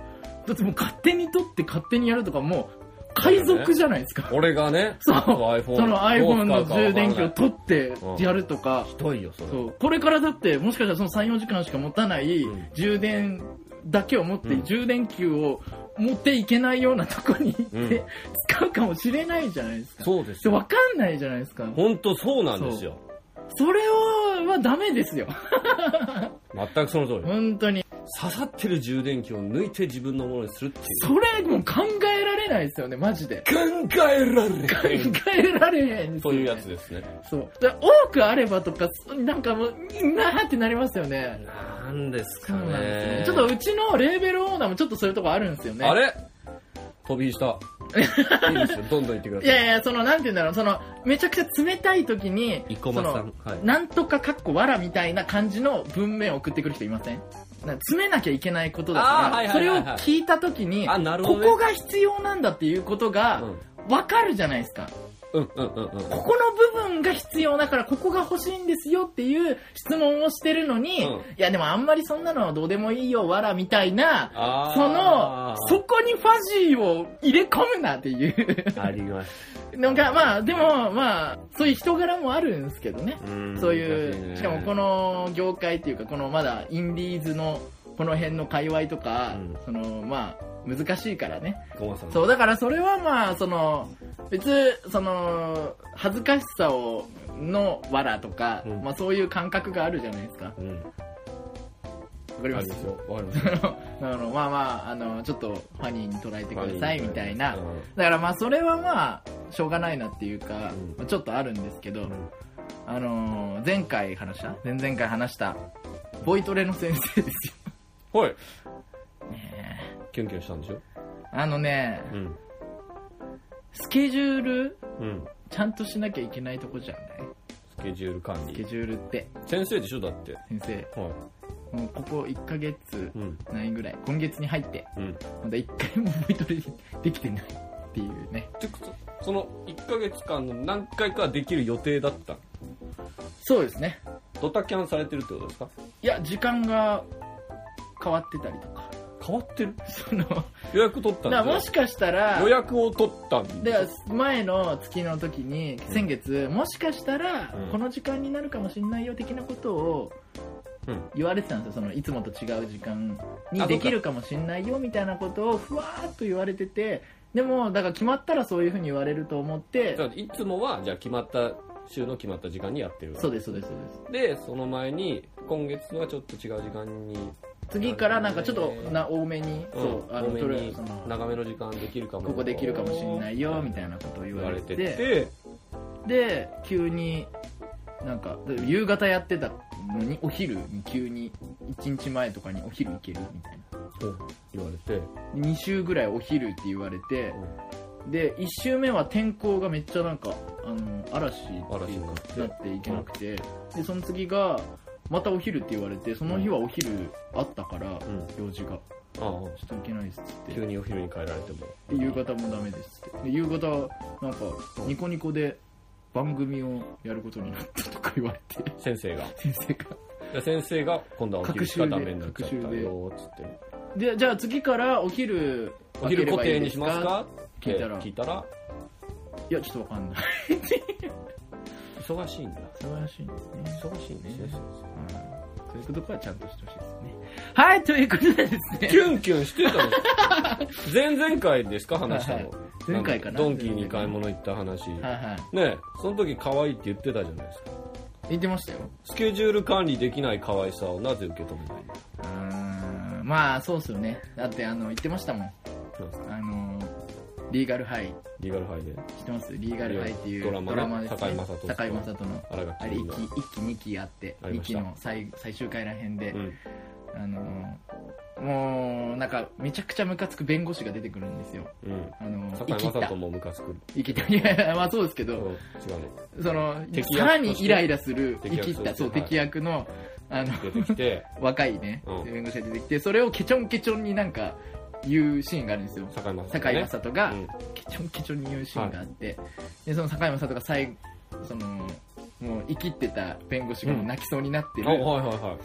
[SPEAKER 1] だってもう勝手に取って勝手にやるとかもう海賊じゃないですか、
[SPEAKER 2] 俺がね、
[SPEAKER 1] そう
[SPEAKER 2] の iPhone
[SPEAKER 1] その iPhone
[SPEAKER 2] ど
[SPEAKER 1] の
[SPEAKER 2] う使うかわから
[SPEAKER 1] 充
[SPEAKER 2] ない
[SPEAKER 1] 電器を取ってやるとか、
[SPEAKER 2] ひどいよ、それ。
[SPEAKER 1] そうこれからだってもしかしたらその34時間しか持たない
[SPEAKER 2] うん
[SPEAKER 1] 充電だけを持って、
[SPEAKER 2] うん
[SPEAKER 1] 充電器を持っていけないようなとこに行って、
[SPEAKER 2] うん
[SPEAKER 1] 使うかもしれないじゃないですか
[SPEAKER 2] そうです
[SPEAKER 1] でわ
[SPEAKER 2] よ。
[SPEAKER 1] かんないじゃないですか
[SPEAKER 2] ほんとそうなんですよ。
[SPEAKER 1] それをはダメですよ。
[SPEAKER 2] 全くその通り。
[SPEAKER 1] 本当に。
[SPEAKER 2] 刺さってる充電器を抜いて自分のものにするっていう。
[SPEAKER 1] それもう考えられないですよね、マジで。
[SPEAKER 2] 考えら
[SPEAKER 1] 考
[SPEAKER 2] れない。
[SPEAKER 1] えられないんです
[SPEAKER 2] と
[SPEAKER 1] よ、ね。
[SPEAKER 2] いうやつ。ですね。
[SPEAKER 1] そう。だから多くあればとか、そなんかもう、なーってなりますよね。
[SPEAKER 2] なんです
[SPEAKER 1] そ
[SPEAKER 2] か
[SPEAKER 1] うなんですよ
[SPEAKER 2] ね
[SPEAKER 1] ね。。ちょっとうちのレーベルオーナーもちょっとそういうとこあるんですよね。
[SPEAKER 2] あれ飛び火した。いいですよ。どんどん行ってくだ
[SPEAKER 1] い
[SPEAKER 2] さい。
[SPEAKER 1] やいや、その、なんて言うんだろう、その、めちゃくちゃ冷たい時に、
[SPEAKER 2] 生駒さん。は
[SPEAKER 1] そ
[SPEAKER 2] い
[SPEAKER 1] の。なんとかかっこわらみたいな感じの文面を送ってくる人いませんなんか詰めなきゃいけないことだ
[SPEAKER 2] あー
[SPEAKER 1] か
[SPEAKER 2] はい
[SPEAKER 1] ら、
[SPEAKER 2] は
[SPEAKER 1] そ
[SPEAKER 2] い
[SPEAKER 1] れを
[SPEAKER 2] はいはい
[SPEAKER 1] 聞いた時に、
[SPEAKER 2] あなるほ
[SPEAKER 1] こ
[SPEAKER 2] どね
[SPEAKER 1] こが必要なんだっていうことが、わかるじゃないですか。
[SPEAKER 2] うんうんうんうん。
[SPEAKER 1] ここの部分が必要だから、ここが欲しいんですよっていう質問をしてるのに、
[SPEAKER 2] うん
[SPEAKER 1] いやでもあんまりそんなのはどうでもいいよ、わらみたいな、
[SPEAKER 2] あ
[SPEAKER 1] その、そこにファジーを入れ込むなっていう
[SPEAKER 2] あります。
[SPEAKER 1] のが、まあでも、まあ、そういう人柄もあるんですけどね。そういう、しかもこ
[SPEAKER 2] の、
[SPEAKER 1] の業界っていうか、このまだインディーズのこの辺の界隈とか、
[SPEAKER 2] うん
[SPEAKER 1] その、まあ、難しいからね。
[SPEAKER 2] 生駒さん。
[SPEAKER 1] そう、だからそれはまあ、その、別、その、恥ずかしさを、のわらとか、
[SPEAKER 2] うん
[SPEAKER 1] まあそういう感覚があるじゃないですか。わ
[SPEAKER 2] うん。
[SPEAKER 1] かり
[SPEAKER 2] あ
[SPEAKER 1] ま
[SPEAKER 2] り
[SPEAKER 1] す
[SPEAKER 2] ますよ。わかりますよ。
[SPEAKER 1] だからま あまあ、あの、ちょっとファニーに捉えてくださいみたいな。
[SPEAKER 2] う
[SPEAKER 1] だ
[SPEAKER 2] ん
[SPEAKER 1] からまあそれはまあ、しょうがないなっていうか、
[SPEAKER 2] うん
[SPEAKER 1] まあちょっとあるんですけど、あのー、前回話した前々回話した、ボイトレの先生ですよ。
[SPEAKER 2] はい。キュンキュンしたんでしょ
[SPEAKER 1] あのね、
[SPEAKER 2] うん。
[SPEAKER 1] スケジュール
[SPEAKER 2] うん。
[SPEAKER 1] ちゃんとしなきゃいけないとこじゃない
[SPEAKER 2] スケジュール管
[SPEAKER 1] スケ
[SPEAKER 2] 理。
[SPEAKER 1] ジュールって
[SPEAKER 2] 先生でしょだって。
[SPEAKER 1] 先生
[SPEAKER 2] は
[SPEAKER 1] もうここ1ヶ月
[SPEAKER 2] い。うん。
[SPEAKER 1] ないぐらい今月に入って
[SPEAKER 2] うん。
[SPEAKER 1] まだ1回もボイトレできてないっていうね
[SPEAKER 2] ってことその1ヶ月間の何回かはできる予定だったの
[SPEAKER 1] そうですね
[SPEAKER 2] ドタキャンされてるってことですか
[SPEAKER 1] いや時間が変わってたりとか
[SPEAKER 2] 変わってる
[SPEAKER 1] その
[SPEAKER 2] 予約取った
[SPEAKER 1] だ
[SPEAKER 2] ん
[SPEAKER 1] からも
[SPEAKER 2] で
[SPEAKER 1] しかしたら
[SPEAKER 2] 予約を取ったん
[SPEAKER 1] で
[SPEAKER 2] で
[SPEAKER 1] 前の月の時に先月もしかしたら
[SPEAKER 2] うん
[SPEAKER 1] この時間になるかもしれないよ的なことを
[SPEAKER 2] うん
[SPEAKER 1] 言われてたんですよそのいつもと違う時間にできるかもしれないよみたいなことをふわーっと言われててでもだから決まったらそういうふうに言われると思って
[SPEAKER 2] だからいつもはじゃあ決まった週の決まった時間にやってる
[SPEAKER 1] そうですそうですそうです
[SPEAKER 2] でその前に今月のはちょっと違う時間に
[SPEAKER 1] 次からなんかちょっとな多めに
[SPEAKER 2] う
[SPEAKER 1] そ
[SPEAKER 2] ん
[SPEAKER 1] うあ
[SPEAKER 2] 多
[SPEAKER 1] の
[SPEAKER 2] め
[SPEAKER 1] とりあえ
[SPEAKER 2] に
[SPEAKER 1] ずその
[SPEAKER 2] 長めの時間できるかも
[SPEAKER 1] ここできるかもしれないよみ
[SPEAKER 2] い
[SPEAKER 1] たいなことを言
[SPEAKER 2] 言
[SPEAKER 1] わ
[SPEAKER 2] わ
[SPEAKER 1] れ
[SPEAKER 2] れ
[SPEAKER 1] て
[SPEAKER 2] て
[SPEAKER 1] て
[SPEAKER 2] て
[SPEAKER 1] で急になんかで夕方やってたのにお昼に急に1日前とかにお昼行けるみたいな
[SPEAKER 2] うん言われて
[SPEAKER 1] 2週ぐらいお昼って言われてで1週目は天候がめっちゃなんかあの嵐っていうか
[SPEAKER 2] 嵐になって
[SPEAKER 1] なっていけなくてでその次がまたお昼って言われてその日はお昼あったから
[SPEAKER 2] うん
[SPEAKER 1] 用事が
[SPEAKER 2] ああ
[SPEAKER 1] ちょっと行けないですっつって
[SPEAKER 2] 急にお昼に帰られても
[SPEAKER 1] で夕方もダメですってで夕方なんかニコニコで番組をやることになったとか言われて
[SPEAKER 2] 先生が
[SPEAKER 1] 先生が
[SPEAKER 2] で先生が今度はお昼しかダメになっちゃった
[SPEAKER 1] 隔週で
[SPEAKER 2] よっつって
[SPEAKER 1] でじゃあ次からお昼
[SPEAKER 2] お昼
[SPEAKER 1] 分けれ
[SPEAKER 2] 固定
[SPEAKER 1] ばいいで
[SPEAKER 2] にしますかって
[SPEAKER 1] 聞いたら
[SPEAKER 2] 聞いたら
[SPEAKER 1] いやちょっとわかんない
[SPEAKER 2] 忙しいんだ
[SPEAKER 1] 素晴らしいですね、
[SPEAKER 2] 忙しいんですね
[SPEAKER 1] うん、そういうとこはちゃんとしてほしいですねはいということでですね
[SPEAKER 2] キュンキュンしてたの前々回ですか話したの
[SPEAKER 1] 前回かな
[SPEAKER 2] ドンキーに買い物行った話
[SPEAKER 1] はい
[SPEAKER 2] ね
[SPEAKER 1] はい
[SPEAKER 2] えその時可愛いって言ってたじゃないですか
[SPEAKER 1] 言ってましたよ
[SPEAKER 2] スケジュール管理できない可愛さをなぜ受け止めないんです
[SPEAKER 1] うーんまあそうっすよねだってあの言ってましたもん
[SPEAKER 2] か
[SPEAKER 1] あのリーガルハイ
[SPEAKER 2] リーガルハイで
[SPEAKER 1] 知ってますリーガルハイっていう
[SPEAKER 2] ドラマね
[SPEAKER 1] です
[SPEAKER 2] 堺雅人と
[SPEAKER 1] 堺雅人の
[SPEAKER 2] 荒垣
[SPEAKER 1] あれ1
[SPEAKER 2] 君が
[SPEAKER 1] 期一期2期あって
[SPEAKER 2] あ
[SPEAKER 1] 2
[SPEAKER 2] りまし
[SPEAKER 1] 期
[SPEAKER 2] た
[SPEAKER 1] の最最終回らへんで、
[SPEAKER 2] うん
[SPEAKER 1] あのーもうなんかめちゃくちゃムカつく弁護士が出てくるんですよ
[SPEAKER 2] うん
[SPEAKER 1] あのー
[SPEAKER 2] 堺
[SPEAKER 1] 生き
[SPEAKER 2] 雅
[SPEAKER 1] た
[SPEAKER 2] 人もムカつくる
[SPEAKER 1] 生きたいやいや まあそうですけ
[SPEAKER 2] うん
[SPEAKER 1] ど、
[SPEAKER 2] 違うね
[SPEAKER 1] その
[SPEAKER 2] 敵役として
[SPEAKER 1] さらにイライラする生
[SPEAKER 2] 敵役
[SPEAKER 1] き
[SPEAKER 2] として
[SPEAKER 1] たそう
[SPEAKER 2] はい
[SPEAKER 1] 敵役のあの
[SPEAKER 2] 出てきて
[SPEAKER 1] 若いね、
[SPEAKER 2] うん
[SPEAKER 1] 弁護士が出てきてそれをケチョンケチョンになんか言うシーンがあるんですよ
[SPEAKER 2] 堺雅人
[SPEAKER 1] 堺雅人が、
[SPEAKER 2] ねうん
[SPEAKER 1] ケチョンケチョンに言うシーンがあって、でその堺雅人が最後そのもう生きってた弁護士がもう泣きそうになってる、
[SPEAKER 2] あはいはいは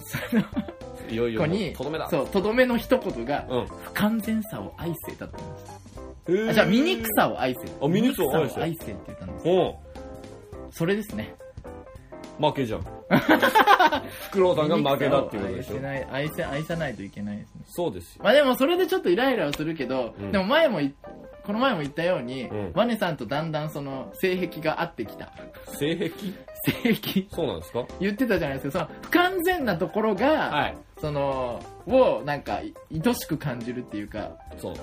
[SPEAKER 2] いいよいよ
[SPEAKER 1] 子
[SPEAKER 2] も
[SPEAKER 1] に
[SPEAKER 2] うとどめだ
[SPEAKER 1] そうとどめの一言が、
[SPEAKER 2] うん
[SPEAKER 1] 不完全さを愛せだったんですあ
[SPEAKER 2] えー
[SPEAKER 1] じゃあ醜さを愛せ
[SPEAKER 2] あ醜さを愛せ
[SPEAKER 1] 醜愛せって言ったんです
[SPEAKER 2] うん
[SPEAKER 1] それですね
[SPEAKER 2] 負けじゃん。 フクロウさんが負けだっていうことでしょ
[SPEAKER 1] 醜さを愛せ。ない愛せ愛さないといけないですね
[SPEAKER 2] そうですよ。
[SPEAKER 1] まあでもそれでちょっとイライラはするけど、
[SPEAKER 2] うん
[SPEAKER 1] でも前もいこの前も言ったように、
[SPEAKER 2] うん
[SPEAKER 1] マネさんとだんだんその性癖が合ってきた
[SPEAKER 2] 性癖
[SPEAKER 1] 性癖
[SPEAKER 2] そうなんですか
[SPEAKER 1] 言ってたじゃないですかその不完全なところが、
[SPEAKER 2] はい。
[SPEAKER 1] そのをなんかい愛しく感じるっていうか
[SPEAKER 2] そう。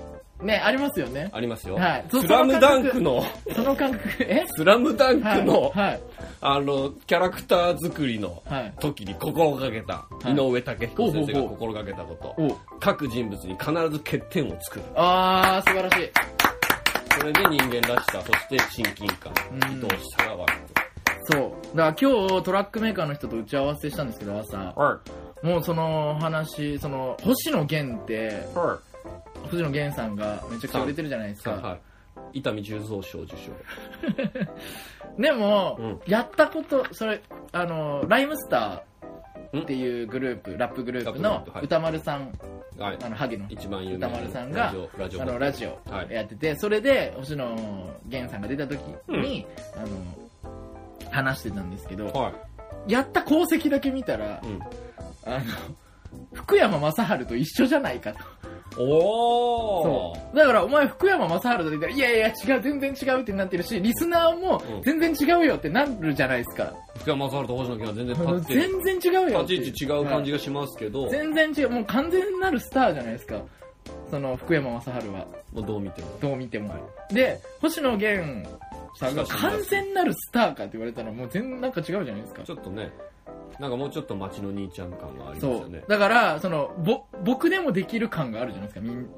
[SPEAKER 1] ねありますよね
[SPEAKER 2] ありますよ。
[SPEAKER 1] はいそ
[SPEAKER 2] スラムダンクの、
[SPEAKER 1] その感覚え
[SPEAKER 2] スラムダン
[SPEAKER 1] はい
[SPEAKER 2] クの、
[SPEAKER 1] はい
[SPEAKER 2] あの、キャラクター作りの
[SPEAKER 1] はい
[SPEAKER 2] 時に心がけた、
[SPEAKER 1] い
[SPEAKER 2] 井上武彦先生
[SPEAKER 1] ほうほうほ
[SPEAKER 2] が
[SPEAKER 1] う
[SPEAKER 2] 心がけたこと。
[SPEAKER 1] お
[SPEAKER 2] 各人物に必ず欠点を作る。
[SPEAKER 1] あー素晴らしい
[SPEAKER 2] それで人間らしさ、そして親近感
[SPEAKER 1] うん、
[SPEAKER 2] 愛おしさが湧く。
[SPEAKER 1] そうだから今日トラックメーカーの人と打ち合わせしたんですけど朝
[SPEAKER 2] はい。
[SPEAKER 1] もうその話その星野源って
[SPEAKER 2] は
[SPEAKER 1] 星野源さんがめちゃくちゃ売れてるじゃないです
[SPEAKER 2] い。
[SPEAKER 1] か
[SPEAKER 2] はい。伊丹十三賞受賞。
[SPEAKER 1] でも、
[SPEAKER 2] うん
[SPEAKER 1] やったことそれあのライムスターっていうグループラップグループ
[SPEAKER 2] ラッ
[SPEAKER 1] の
[SPEAKER 2] プグループはい
[SPEAKER 1] 歌丸さん
[SPEAKER 2] はい。
[SPEAKER 1] あのハゲの
[SPEAKER 2] 一番有名
[SPEAKER 1] 歌丸さんが
[SPEAKER 2] ラジオ、ラジオ
[SPEAKER 1] あ
[SPEAKER 2] 番
[SPEAKER 1] の
[SPEAKER 2] 組。
[SPEAKER 1] ラジオ
[SPEAKER 2] はい
[SPEAKER 1] やってて、それで星野源さんが出た時に、あの話してたんですけど、
[SPEAKER 2] はい。
[SPEAKER 1] やった功績だけ見たら、
[SPEAKER 2] うん
[SPEAKER 1] あの福山雅治と一緒じゃないかと。
[SPEAKER 2] お
[SPEAKER 1] そ
[SPEAKER 2] ー
[SPEAKER 1] う。だから、お前、福山雅治だって言ったら、いやいや、違う、全然違うってなってるし、リスナーも
[SPEAKER 2] うん、
[SPEAKER 1] 全然違うよってなるじゃないですか。
[SPEAKER 2] 福山雅治と星野源は
[SPEAKER 1] あの
[SPEAKER 2] 全然立って
[SPEAKER 1] 全然違うよっていう。
[SPEAKER 2] 立ち位置違う感じ
[SPEAKER 1] は
[SPEAKER 2] がしますけど、
[SPEAKER 1] い全然違う。もう完全なるスターじゃないですか。その、福山雅治は。
[SPEAKER 2] まあどう見ても
[SPEAKER 1] どう見ても。で、星野源さんが完全なるスターかって言われたら、もう全然なんか違うじゃないですか
[SPEAKER 2] ち。ょっとねなんかもうちょっと街の兄ちゃん感があります
[SPEAKER 1] そ
[SPEAKER 2] よ
[SPEAKER 1] う
[SPEAKER 2] ね。
[SPEAKER 1] だから、その、ぼ、僕でもできる感があるじゃないですか、みん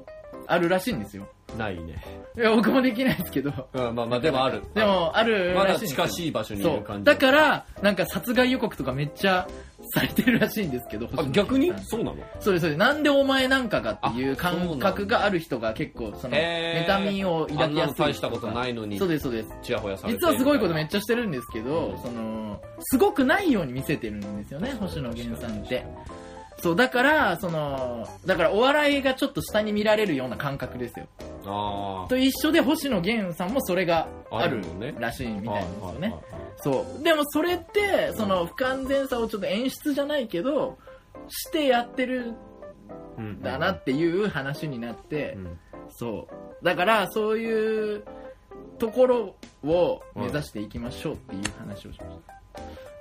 [SPEAKER 1] あるらしいんですよ。
[SPEAKER 2] ないね。
[SPEAKER 1] いや、僕もできないですけど。
[SPEAKER 2] うん、まあまあ、でもある。
[SPEAKER 1] でも、ある
[SPEAKER 2] ま
[SPEAKER 1] ら
[SPEAKER 2] だ
[SPEAKER 1] しいんですよ。
[SPEAKER 2] 近しい場所にい
[SPEAKER 1] そ
[SPEAKER 2] る
[SPEAKER 1] う
[SPEAKER 2] 感じ。
[SPEAKER 1] だから、なんか殺害予告とかめっちゃされてるらしいんですけど、
[SPEAKER 2] あ、逆にそうなの
[SPEAKER 1] そうです、そうです。なんでお前なんかがっていう
[SPEAKER 2] あそうなんだ
[SPEAKER 1] 感覚がある人が結構、その、
[SPEAKER 2] へー
[SPEAKER 1] メタミンを
[SPEAKER 2] あ
[SPEAKER 1] 抱
[SPEAKER 2] ん
[SPEAKER 1] き
[SPEAKER 2] な
[SPEAKER 1] や
[SPEAKER 2] の
[SPEAKER 1] すい人が。
[SPEAKER 2] 大したことないのに
[SPEAKER 1] そう、です、そうです。
[SPEAKER 2] ちやほやされて
[SPEAKER 1] 実はすごいことめっ
[SPEAKER 2] ゃ
[SPEAKER 1] ちゃしてるんですけ
[SPEAKER 2] う
[SPEAKER 1] ど
[SPEAKER 2] ん、
[SPEAKER 1] その、すごくないように見せてるんですよね、星野源さんって。そう、だから、その、だからお笑いがちょっと下に見られるような感覚ですよ。
[SPEAKER 2] あ
[SPEAKER 1] と一緒で星野源さんもそれが
[SPEAKER 2] あ。
[SPEAKER 1] ある
[SPEAKER 2] のね。
[SPEAKER 1] らしいみたいなんですよね
[SPEAKER 2] は。いはいはい
[SPEAKER 1] そう。でもそれって、その不完全さをちょっと演出じゃないけど、してやってる
[SPEAKER 2] うん
[SPEAKER 1] んだなっていう話になって
[SPEAKER 2] う、ん
[SPEAKER 1] そう。だから、そういうところを目指していきましょうっていう話をしまし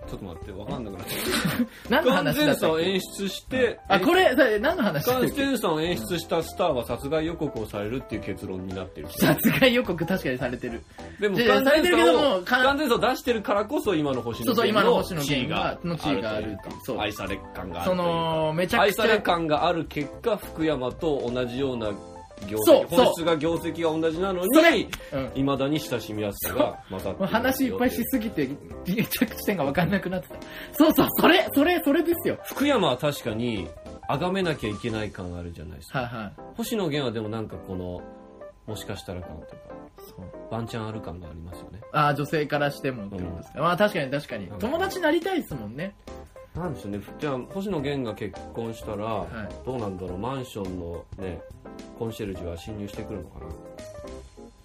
[SPEAKER 2] ちょっと待って、わかんなくなって
[SPEAKER 1] た。何
[SPEAKER 2] 不
[SPEAKER 1] の
[SPEAKER 2] 完
[SPEAKER 1] 話だ
[SPEAKER 2] 全
[SPEAKER 1] った
[SPEAKER 2] さ
[SPEAKER 1] っ
[SPEAKER 2] を
[SPEAKER 1] け
[SPEAKER 2] 演出して、
[SPEAKER 1] あ、これ、だ何の
[SPEAKER 2] 不
[SPEAKER 1] 話だっ
[SPEAKER 2] 完
[SPEAKER 1] け
[SPEAKER 2] 全さを演出したスターは殺害予告をされるっていう結論になってる。
[SPEAKER 1] 殺害予告確かにされてる。
[SPEAKER 2] でも
[SPEAKER 1] い
[SPEAKER 2] 不
[SPEAKER 1] やいやさ
[SPEAKER 2] 完
[SPEAKER 1] れて
[SPEAKER 2] 全
[SPEAKER 1] るけど
[SPEAKER 2] さ
[SPEAKER 1] も
[SPEAKER 2] を、不完全さを出してるからこそ今の星
[SPEAKER 1] そ
[SPEAKER 2] 野
[SPEAKER 1] うそう、今
[SPEAKER 2] 源
[SPEAKER 1] の
[SPEAKER 2] の
[SPEAKER 1] 星野
[SPEAKER 2] 地位
[SPEAKER 1] 源
[SPEAKER 2] が
[SPEAKER 1] が、の地位があ
[SPEAKER 2] とい
[SPEAKER 1] る
[SPEAKER 2] う
[SPEAKER 1] って
[SPEAKER 2] か
[SPEAKER 1] いう。そう。
[SPEAKER 2] 愛され感があるとい
[SPEAKER 1] そう
[SPEAKER 2] か。
[SPEAKER 1] の、めちゃ
[SPEAKER 2] 愛
[SPEAKER 1] くち
[SPEAKER 2] され
[SPEAKER 1] ゃ、
[SPEAKER 2] 感がある結果福山と同じような業
[SPEAKER 1] そ
[SPEAKER 2] 績
[SPEAKER 1] うそう
[SPEAKER 2] 本質が業績が同じなの
[SPEAKER 1] それ
[SPEAKER 2] に
[SPEAKER 1] うん。
[SPEAKER 2] いまだに親しみやすさがまた
[SPEAKER 1] もう話いっぱいしすぎて、着地点が分かんなくなってた。そうそう、それ、それ、それですよ。
[SPEAKER 2] 福山は確かに崇めなきゃいけない感あるじゃないですか
[SPEAKER 1] はいはい。
[SPEAKER 2] 星野源はでもなんかこのもしかしたら感とか
[SPEAKER 1] そう
[SPEAKER 2] ワンチャンある感がありますよね
[SPEAKER 1] ああ、女性からしてもってことですか。まあ確かに確かに
[SPEAKER 2] うん。
[SPEAKER 1] 友達になりたいですもんね。
[SPEAKER 2] なんでしょうねじゃあ星野源が結婚したら
[SPEAKER 1] い
[SPEAKER 2] どうなんだろうマンションのねコンシェルジュは侵入してくるのか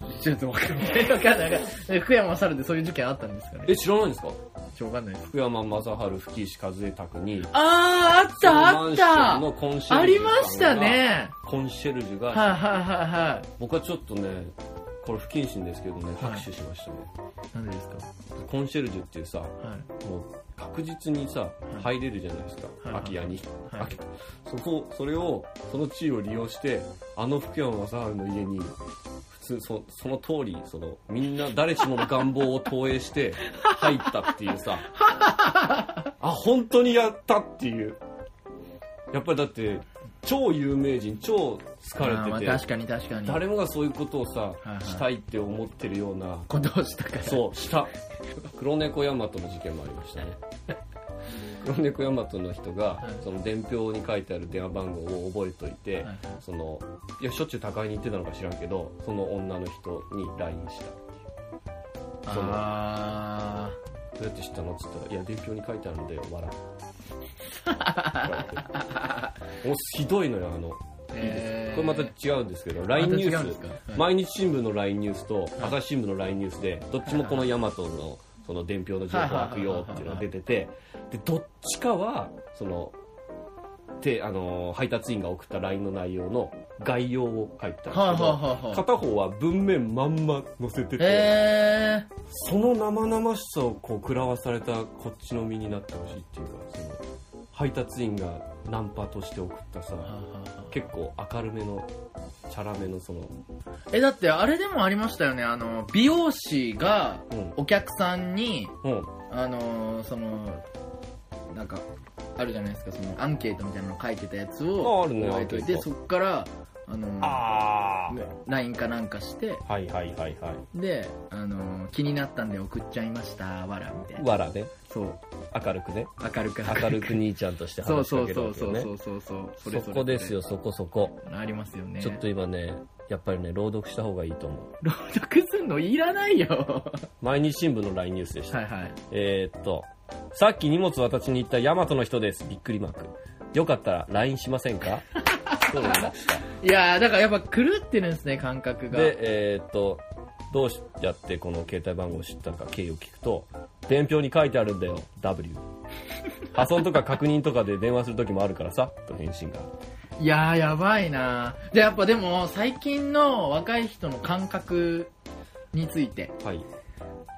[SPEAKER 2] な
[SPEAKER 1] ちょっと分かんない。わかんない。え福山雅治でそういう事件あったんですかね。
[SPEAKER 2] え知らないんですか
[SPEAKER 1] ちょ、わかんないです。
[SPEAKER 2] 福山雅治吹石和恵宅に
[SPEAKER 1] あー、あった、あっ
[SPEAKER 2] そのマンションのコンシェルジュさん
[SPEAKER 1] た
[SPEAKER 2] が
[SPEAKER 1] ありましたね。
[SPEAKER 2] コンシェルジュ
[SPEAKER 1] はい
[SPEAKER 2] が、
[SPEAKER 1] はいはいは
[SPEAKER 2] 僕はちょっとね、これ不謹慎ですけどね、
[SPEAKER 1] はい
[SPEAKER 2] 拍手しましたね。
[SPEAKER 1] い。なんでですか
[SPEAKER 2] コンシェルジュっていうさ、も
[SPEAKER 1] は
[SPEAKER 2] う確実にさ、
[SPEAKER 1] い
[SPEAKER 2] 入れるじゃないですか、
[SPEAKER 1] はい
[SPEAKER 2] 空き家に。
[SPEAKER 1] はい
[SPEAKER 2] 空きそこ、それを、その地位を利用して、あの福山雅治の家に、普通そその通りそのみんな誰しもの願望を投 影して入ったっていうさあ本当にやったっていうやっぱりだって超有名人超
[SPEAKER 1] い。あ
[SPEAKER 2] 疲
[SPEAKER 1] ーまあ
[SPEAKER 2] れてて
[SPEAKER 1] 確かに確かに。
[SPEAKER 2] 誰もがそういうことをさ、
[SPEAKER 1] いはい
[SPEAKER 2] したいって思ってるような、
[SPEAKER 1] ことをしたから。
[SPEAKER 2] そう、した。黒猫ヤマトの事件もありましたね。黒猫ヤマトの人が、
[SPEAKER 1] はい
[SPEAKER 2] その伝票に書いてある電話番号を覚えといて、
[SPEAKER 1] はい
[SPEAKER 2] その、いや、しょっちゅう宅配に行ってたのか知らんけど、その女の人に LINE したってその
[SPEAKER 1] あ
[SPEAKER 2] いう。どうやって知ったのっつったら、いや、伝票に書いてあるんだよ、笑 う。もうひどいのよ、あの。
[SPEAKER 1] ー。えー
[SPEAKER 2] これまた違うんですけど、LINE ニュ
[SPEAKER 1] また違うん
[SPEAKER 2] ー
[SPEAKER 1] で
[SPEAKER 2] ス
[SPEAKER 1] すかは、い
[SPEAKER 2] 毎日新聞の LINE ニュースと、朝日新聞の LINE ニュースで、どっちもこのヤマトの、その伝票の情報悪用っていうのが出てて、で、どっちかは、その、て、あのー、配達員が送った LINE の内容の概要を書いてたん
[SPEAKER 1] はいはい
[SPEAKER 2] です
[SPEAKER 1] はい
[SPEAKER 2] け
[SPEAKER 1] は
[SPEAKER 2] ど、
[SPEAKER 1] い。
[SPEAKER 2] 片方は文面まんま載せてて、
[SPEAKER 1] えー。
[SPEAKER 2] その生々しさをこう、食らわされたこっちの身になってほしいっていうか、その、配達員がナンパとして送ったさ、結構明るめのチャラめのその、
[SPEAKER 1] え、だってあれでもありましたよね。あの、美容師が
[SPEAKER 2] うん
[SPEAKER 1] お客さんに、
[SPEAKER 2] うん
[SPEAKER 1] あの、その、なんか、あるじゃないですか、そのアンケートみたいなの書いてたやつ
[SPEAKER 2] あ
[SPEAKER 1] を
[SPEAKER 2] あるね
[SPEAKER 1] 覚えとい
[SPEAKER 2] ア
[SPEAKER 1] て、
[SPEAKER 2] ンケ
[SPEAKER 1] そっから、あの、
[SPEAKER 2] あ
[SPEAKER 1] ね LINE かなんかして、
[SPEAKER 2] はいはいはいはい
[SPEAKER 1] で、あの、気になったんで送っちゃいました、わら、みたいな。
[SPEAKER 2] わらね
[SPEAKER 1] そう、
[SPEAKER 2] 明るくね
[SPEAKER 1] 明るく
[SPEAKER 2] 明るく。兄ちゃんとして
[SPEAKER 1] そう
[SPEAKER 2] 話し
[SPEAKER 1] そ
[SPEAKER 2] か
[SPEAKER 1] う
[SPEAKER 2] ける
[SPEAKER 1] そ
[SPEAKER 2] わ
[SPEAKER 1] う
[SPEAKER 2] けよ
[SPEAKER 1] そう
[SPEAKER 2] ね
[SPEAKER 1] そうそうそう。
[SPEAKER 2] そ
[SPEAKER 1] れれ
[SPEAKER 2] こですよ。そこそこ、
[SPEAKER 1] ありますよね。
[SPEAKER 2] ちょっと今ねやっぱりね朗読した方がいいと思う
[SPEAKER 1] 朗読すんのいらないよ。は
[SPEAKER 2] 毎日新聞の LINE ニュースでした、
[SPEAKER 1] いはい。
[SPEAKER 2] えー、っとさっき荷物渡しに行ったヤマトの人ですびっくりマークよかったら LINE しませ んかそうでした
[SPEAKER 1] いやー、だからやっぱ狂ってるんですね、感覚が。
[SPEAKER 2] で、えーっと、どうやってこの携帯番号を知ったか経緯を聞くと、伝票に書いてあるんだよ、W。破損とか確認とかで電話する時もあるからさ、と返信が。
[SPEAKER 1] いやー、やばいなーで、やっぱでも、最近の若い人の感覚について、
[SPEAKER 2] はい。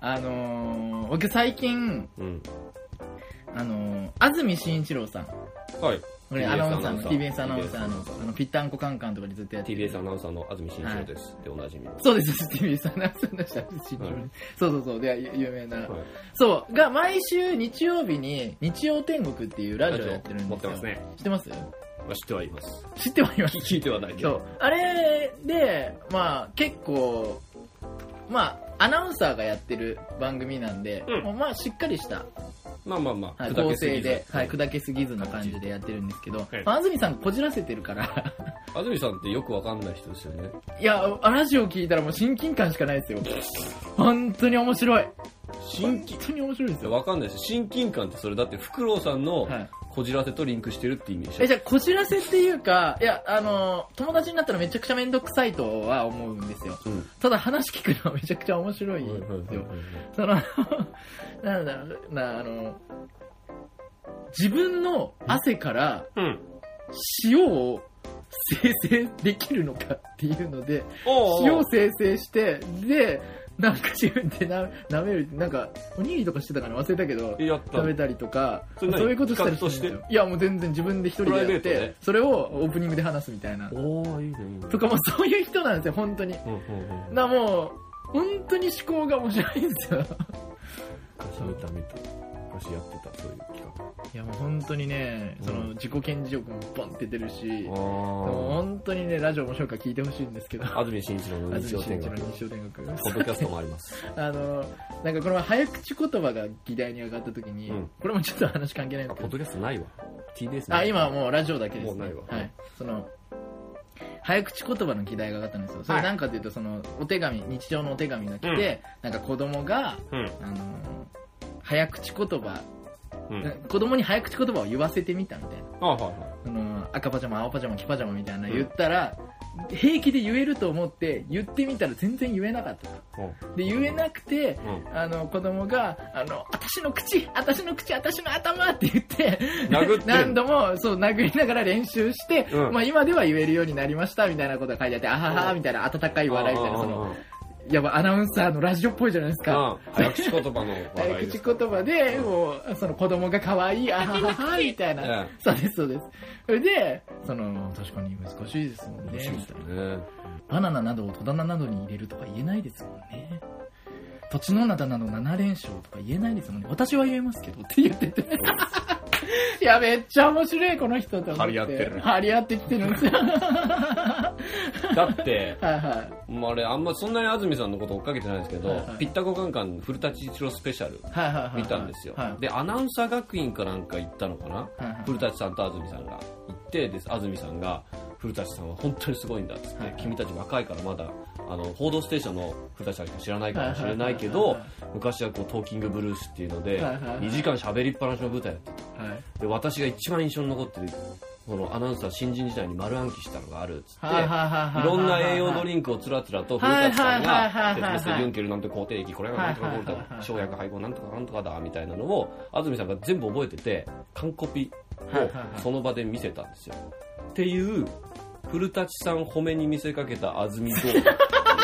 [SPEAKER 1] あのー、僕最近、
[SPEAKER 2] うん。
[SPEAKER 1] あのー、安住慎一郎さん、
[SPEAKER 2] はい。
[SPEAKER 1] これ
[SPEAKER 2] TBS
[SPEAKER 1] アナウンサーの
[SPEAKER 2] アナウンサー
[SPEAKER 1] TBS アナウンサーの、あの、ぴったんこカンカンとかでずっとやってる
[SPEAKER 2] TBS アナウンサーの安住紳一郎です。で、おなじみの。
[SPEAKER 1] そうです、TBS アナウンサーの安住慎一郎
[SPEAKER 2] はい
[SPEAKER 1] そうそうそう、で、有有名な。
[SPEAKER 2] はい
[SPEAKER 1] そう、が毎週日曜日に、日曜天国っていうラジオやってるん
[SPEAKER 2] 持
[SPEAKER 1] で
[SPEAKER 2] っ
[SPEAKER 1] す
[SPEAKER 2] て
[SPEAKER 1] よ。
[SPEAKER 2] ますね。
[SPEAKER 1] 知ってます
[SPEAKER 2] は知ってはいます。
[SPEAKER 1] 知ってはいます
[SPEAKER 2] き聞いてはないけ
[SPEAKER 1] そ
[SPEAKER 2] ど
[SPEAKER 1] う。あれでまあ結構まあアナウンサーがやってる番組なんで、
[SPEAKER 2] うん
[SPEAKER 1] もうまあしっかりした、
[SPEAKER 2] まあまあまあ、
[SPEAKER 1] はい、
[SPEAKER 2] 砕
[SPEAKER 1] 構
[SPEAKER 2] けす
[SPEAKER 1] 成
[SPEAKER 2] ぎ
[SPEAKER 1] で
[SPEAKER 2] で、。
[SPEAKER 1] はい、砕けすぎずな感じでやってるんですけど、
[SPEAKER 2] い
[SPEAKER 1] まあ安住さんこじらせてるから
[SPEAKER 2] 安住さんってよくわかんない人ですよね。
[SPEAKER 1] いやラジオ聞いたらもう親近感しかないですよ本当に面白い
[SPEAKER 2] 親
[SPEAKER 1] 本
[SPEAKER 2] 近
[SPEAKER 1] 当に面白いですよ
[SPEAKER 2] わかんないです。親近感ってそれだって、フクロウさんの
[SPEAKER 1] はい
[SPEAKER 2] こじらせとリンクしてるって意味でしょ。
[SPEAKER 1] えじゃあこじらせっていうかいやあの友達になったらめちゃくちゃ面倒くさいとは思うんですよ
[SPEAKER 2] うん。
[SPEAKER 1] ただ話聞くのはめちゃくちゃ面白いんですよその、 なんだろうな、あの、自分の汗から
[SPEAKER 2] うん。
[SPEAKER 1] 塩を生成できるのかっていうので、
[SPEAKER 2] おう
[SPEAKER 1] 塩
[SPEAKER 2] お
[SPEAKER 1] を
[SPEAKER 2] う
[SPEAKER 1] 生成して、で、なんか自分でな舐める、なんか、おにぎりとかしてたから忘れたけど、
[SPEAKER 2] やった
[SPEAKER 1] 食。べたりとか、
[SPEAKER 2] そ
[SPEAKER 1] そ
[SPEAKER 2] れ
[SPEAKER 1] う
[SPEAKER 2] 何
[SPEAKER 1] いうことしたり
[SPEAKER 2] 企画として
[SPEAKER 1] るんですよいや、もう全然自分で一人でやっ
[SPEAKER 2] プライベート
[SPEAKER 1] て
[SPEAKER 2] で、
[SPEAKER 1] それをオープニングで話すみたいな。
[SPEAKER 2] おー、いいね、いいね。
[SPEAKER 1] とかもうそういう人なんですよ、本当に。
[SPEAKER 2] うんうんうん。
[SPEAKER 1] な、もう、本当に思考が面白いんですよ。
[SPEAKER 2] 昔見た見た。昔やってた、そういう企
[SPEAKER 1] いやもう本当にね、
[SPEAKER 2] うん
[SPEAKER 1] その自己顕示欲もボンって出るし、で
[SPEAKER 2] 画。
[SPEAKER 1] も
[SPEAKER 2] あ
[SPEAKER 1] 本当にね、ラジオ面白いから聞いてほしいんですけど、
[SPEAKER 2] あ。安住慎一郎の
[SPEAKER 1] 安
[SPEAKER 2] 日曜
[SPEAKER 1] 住
[SPEAKER 2] 天
[SPEAKER 1] 紳一
[SPEAKER 2] 国
[SPEAKER 1] 郎。の日曜天国。
[SPEAKER 2] ポッドキャストもあります。
[SPEAKER 1] あの、なんかこの早口言葉が議題に上がった時に、
[SPEAKER 2] うん
[SPEAKER 1] これもちょっと話関係ないん
[SPEAKER 2] あ、
[SPEAKER 1] です
[SPEAKER 2] ポ
[SPEAKER 1] けど、
[SPEAKER 2] ッドキャストないわ。TBS
[SPEAKER 1] あ、今はもうラジオだけです、ね。
[SPEAKER 2] もうないわ
[SPEAKER 1] はい。その、早口言葉の議題が上がったんですよ。それなんかというと、その、お手紙、日常のお手紙が来て、なんか子供が、
[SPEAKER 2] う。うん。
[SPEAKER 1] あの、早口言葉、
[SPEAKER 2] うん。
[SPEAKER 1] 子供に早口言葉を言わせてみたみたいな。
[SPEAKER 2] あ、はいはい。
[SPEAKER 1] その赤パジャマ青パジャマ黄パジャマみたいな言ったら、平気で言えると思って言ってみたら全然言えなかったとで言えなくて
[SPEAKER 2] うん。
[SPEAKER 1] あの子供があの私の口私の口私の頭って言って
[SPEAKER 2] 殴ってん
[SPEAKER 1] 何度もそう殴りながら練習して、
[SPEAKER 2] うん
[SPEAKER 1] まあ、今では言えるようになりましたみたいなことが書いてあってあは
[SPEAKER 2] う
[SPEAKER 1] は
[SPEAKER 2] ん
[SPEAKER 1] みたいな温かい笑いみたいなそ
[SPEAKER 2] うんうん
[SPEAKER 1] の
[SPEAKER 2] うん
[SPEAKER 1] やばいアナウンサーのラジオっぽいじゃないですか
[SPEAKER 2] あ早口言葉
[SPEAKER 1] 早
[SPEAKER 2] の笑いで
[SPEAKER 1] 口
[SPEAKER 2] す。
[SPEAKER 1] 言葉で、もう、その子供が可愛い、あははは、みたい
[SPEAKER 2] え
[SPEAKER 1] な
[SPEAKER 2] え。
[SPEAKER 1] そうです、そうです。それで、その、確かに難しいですもんね、み
[SPEAKER 2] 面
[SPEAKER 1] た
[SPEAKER 2] 白
[SPEAKER 1] い
[SPEAKER 2] い
[SPEAKER 1] な
[SPEAKER 2] ですよね。
[SPEAKER 1] バナナなどを戸棚などに入れるとか言えないですもんね。土地の灘など7連勝とか言えないですもんね。私は言えますけどって言ってて。 いや、めっちゃ面白い、この人と思って。
[SPEAKER 2] 張り合ってる
[SPEAKER 1] 張り合ってきてるんです よ。は
[SPEAKER 2] だって、
[SPEAKER 1] いはい。
[SPEAKER 2] まあ、あれ、あんまそんなに安住さんのこと追っかけてないんですけど、
[SPEAKER 1] はいはい
[SPEAKER 2] ピッタコカンカン古舘一郎スペシャル
[SPEAKER 1] はいはいはいはい。
[SPEAKER 2] 見たんですよ、
[SPEAKER 1] はい。
[SPEAKER 2] で、アナウンサー学院かなんか行ったのかな、
[SPEAKER 1] はいはい
[SPEAKER 2] 古舘さんと安住さんが行って、で、安住さんが、古舘さんは本当にすごいんだっつって、
[SPEAKER 1] はいはい
[SPEAKER 2] 君たち若いからまだ、あの、報道ステーションの古舘さんしか知らないかもしれないけ
[SPEAKER 1] は
[SPEAKER 2] ど
[SPEAKER 1] いはいはい、
[SPEAKER 2] 昔はこう、トーキングブルースっていうので、
[SPEAKER 1] はいはいはい
[SPEAKER 2] 2時間喋りっぱなしの舞台やって
[SPEAKER 1] はい。
[SPEAKER 2] で私が一番印象に残ってるこのアナウンサー新人時代に丸暗記したのがあるっつって、
[SPEAKER 1] はいはいはいはいはい
[SPEAKER 2] ろんな栄養ドリンクをつらつらと古
[SPEAKER 1] はい
[SPEAKER 2] 舘
[SPEAKER 1] は
[SPEAKER 2] さ
[SPEAKER 1] い
[SPEAKER 2] ん
[SPEAKER 1] はいはいは
[SPEAKER 2] が
[SPEAKER 1] い
[SPEAKER 2] 説明するユンケルなんて肯定液これがなんとかこう
[SPEAKER 1] はいはいはい
[SPEAKER 2] だ
[SPEAKER 1] はい
[SPEAKER 2] 生薬配合なんとかなんとかだみたいなのを安住さんが全部覚えてて完コピ
[SPEAKER 1] はいはいはい
[SPEAKER 2] をその場で見せたんですよ。っていう古舘さん褒めに見せかけた安 住動画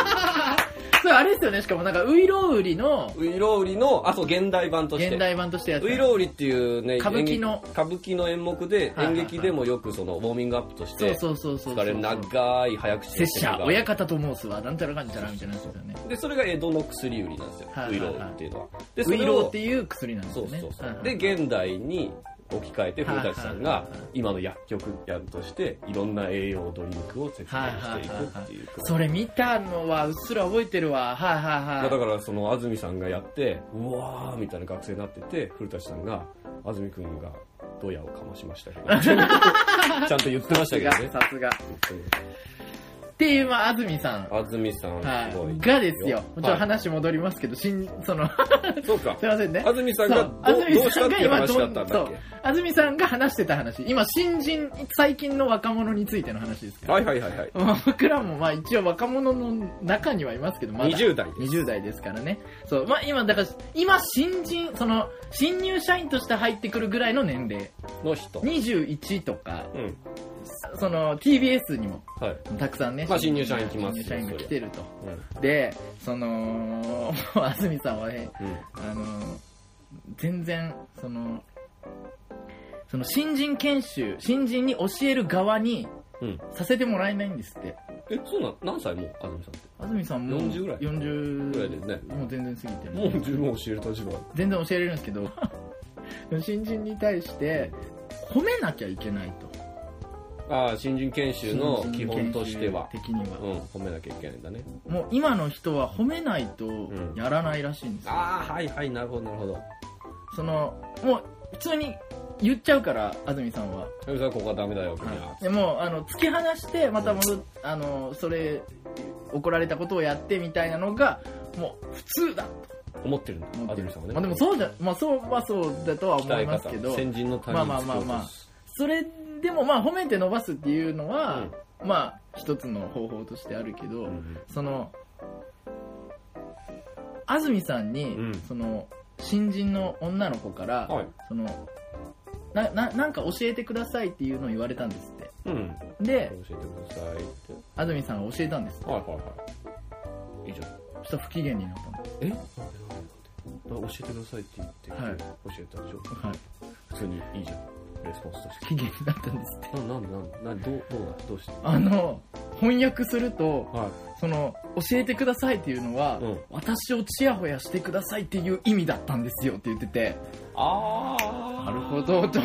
[SPEAKER 1] それあれですよね、しかもなんか、ウイロウリの
[SPEAKER 2] ウイロウリのあそう現代版として
[SPEAKER 1] 現代版としてやって
[SPEAKER 2] ウイロウリっていうね、
[SPEAKER 1] 歌舞伎の
[SPEAKER 2] 演劇歌舞伎の演目で、
[SPEAKER 1] はいはい
[SPEAKER 2] 演
[SPEAKER 1] はい
[SPEAKER 2] 劇でもよくその、ウォーミングアップとし
[SPEAKER 1] そう
[SPEAKER 2] て、
[SPEAKER 1] そうそうそう
[SPEAKER 2] 使
[SPEAKER 1] そ
[SPEAKER 2] われる
[SPEAKER 1] う。
[SPEAKER 2] 長い早口
[SPEAKER 1] 拙者、親
[SPEAKER 2] が。
[SPEAKER 1] 方と申すわ、なんたらかんたらみたいなやつですよね。
[SPEAKER 2] で、それが江戸の薬売りなんですよ
[SPEAKER 1] はい。は
[SPEAKER 2] ウ
[SPEAKER 1] い
[SPEAKER 2] イ
[SPEAKER 1] は
[SPEAKER 2] ロ
[SPEAKER 1] い
[SPEAKER 2] ウリっていうのは。で、そ
[SPEAKER 1] ウイ
[SPEAKER 2] れ
[SPEAKER 1] ロー
[SPEAKER 2] を
[SPEAKER 1] って、いう薬なんです
[SPEAKER 2] そ
[SPEAKER 1] よ
[SPEAKER 2] う
[SPEAKER 1] ね。
[SPEAKER 2] そうそ
[SPEAKER 1] はいうは。い
[SPEAKER 2] で、、現代に置き換えて、
[SPEAKER 1] はい
[SPEAKER 2] 古
[SPEAKER 1] はい
[SPEAKER 2] 舘さんが、今の薬局やるとして、いろんな栄養ドリンクを説明
[SPEAKER 1] はい
[SPEAKER 2] し
[SPEAKER 1] は
[SPEAKER 2] て
[SPEAKER 1] い
[SPEAKER 2] い
[SPEAKER 1] は
[SPEAKER 2] く
[SPEAKER 1] い
[SPEAKER 2] っ
[SPEAKER 1] は
[SPEAKER 2] て
[SPEAKER 1] い
[SPEAKER 2] いう。。
[SPEAKER 1] それ見たのは、うっすら覚えてるわ。はいはい
[SPEAKER 2] だ
[SPEAKER 1] はい。
[SPEAKER 2] からその安住さんがやってうわーみたいな学生になってて古舘さんが安住君がドヤをかましましたけ どちゃんと言って
[SPEAKER 1] さ
[SPEAKER 2] ました
[SPEAKER 1] す
[SPEAKER 2] け
[SPEAKER 1] が、
[SPEAKER 2] どね
[SPEAKER 1] さすが。っていう、まあ、安住さん。
[SPEAKER 2] 安住さんすご
[SPEAKER 1] はいい。がですよ。ちょっと
[SPEAKER 2] は
[SPEAKER 1] 話戻りますけど、しん、そ の、
[SPEAKER 2] いそ うか
[SPEAKER 1] すいませんね。
[SPEAKER 2] 安住さん
[SPEAKER 1] そ
[SPEAKER 2] が
[SPEAKER 1] う
[SPEAKER 2] どうどうしたっていう話だったんだっ
[SPEAKER 1] そう
[SPEAKER 2] け
[SPEAKER 1] 安住さんが話してた話。今、新人、最近の若者についての話ですから。
[SPEAKER 2] はいはいはいはい
[SPEAKER 1] まあ僕らもまあ一応若者の中にはいますけど、まだ
[SPEAKER 2] 20代です
[SPEAKER 1] 20代ですからね。そう、まあ今、だから、今新人、その、新入社員として入ってくるぐらいの年齢。
[SPEAKER 2] の人
[SPEAKER 1] 21とか、
[SPEAKER 2] うん
[SPEAKER 1] その、TBS にも
[SPEAKER 2] はい
[SPEAKER 1] たくさんね、
[SPEAKER 2] まあ新入社員来ます
[SPEAKER 1] 新入
[SPEAKER 2] よ
[SPEAKER 1] 社員が来てると。
[SPEAKER 2] うん
[SPEAKER 1] で、その、 もう安住さんはね、
[SPEAKER 2] うん
[SPEAKER 1] あの、全然、その、その新人研修、新人に教える側に
[SPEAKER 2] うん
[SPEAKER 1] させてもらえないんですって。
[SPEAKER 2] えそうなん何歳もう安住さんって
[SPEAKER 1] 安住さんも
[SPEAKER 2] 40ぐらい
[SPEAKER 1] 40
[SPEAKER 2] ぐらいですね
[SPEAKER 1] もう全然過ぎてる
[SPEAKER 2] もう十分教える立場
[SPEAKER 1] 全然教えれるんですけ ど新人に対して褒めなきゃいけないと
[SPEAKER 2] ああ、新人研修の基本としては。
[SPEAKER 1] 的には、
[SPEAKER 2] うん、褒めなきゃいけないんだね。
[SPEAKER 1] もう今の人は褒めないと
[SPEAKER 2] ん
[SPEAKER 1] やらないらしいんですよ、
[SPEAKER 2] ああ、はいはい、なるほど、なるほど。
[SPEAKER 1] そのもう普通に言っちゃうから安住さんは、
[SPEAKER 2] ふみさん、ここはダメだよ、君は
[SPEAKER 1] はい、。でもうあの突き放してまた戻っあのそれ怒られたことをやってみたいなのがもう普通だと
[SPEAKER 2] 思ってるんだ、
[SPEAKER 1] 思
[SPEAKER 2] 安
[SPEAKER 1] ってる
[SPEAKER 2] 住さんはね。
[SPEAKER 1] まあ、でもそうじゃ、まあ、そうはそうだとは思
[SPEAKER 2] 鍛え
[SPEAKER 1] い
[SPEAKER 2] 方
[SPEAKER 1] ますけど
[SPEAKER 2] 先人の谷
[SPEAKER 1] まあまあまあまあそれでもまあ褒めて伸ばすっていうのは、まあ一つの方法としてあるけど、
[SPEAKER 2] うん
[SPEAKER 1] その安住さんに、
[SPEAKER 2] うん
[SPEAKER 1] その新人の女の子から、
[SPEAKER 2] はい。
[SPEAKER 1] そのなななんか教えてくださいっていうのを言われたんですって
[SPEAKER 2] うん。教
[SPEAKER 1] で
[SPEAKER 2] えてくださいって。
[SPEAKER 1] 安住さんが教えたんです
[SPEAKER 2] はいはいはい。いいじゃん。
[SPEAKER 1] そしたら不機嫌になったんで
[SPEAKER 2] えなんでなんでなんで教えてくださいって言って、
[SPEAKER 1] はい
[SPEAKER 2] 教えたでしょ
[SPEAKER 1] すはい
[SPEAKER 2] 普通にいいじゃん。レスポンスと
[SPEAKER 1] 不
[SPEAKER 2] し
[SPEAKER 1] 機嫌になったんですって
[SPEAKER 2] て。ななんでなんでなんでどう、どうだどうして
[SPEAKER 1] あの翻訳すると
[SPEAKER 2] は
[SPEAKER 1] その教えてくださいっていうのは、
[SPEAKER 2] うん
[SPEAKER 1] 私をチヤホヤしてくださいっていう意味だったんですよって言ってて
[SPEAKER 2] い。ああ
[SPEAKER 1] なるほ。どと思って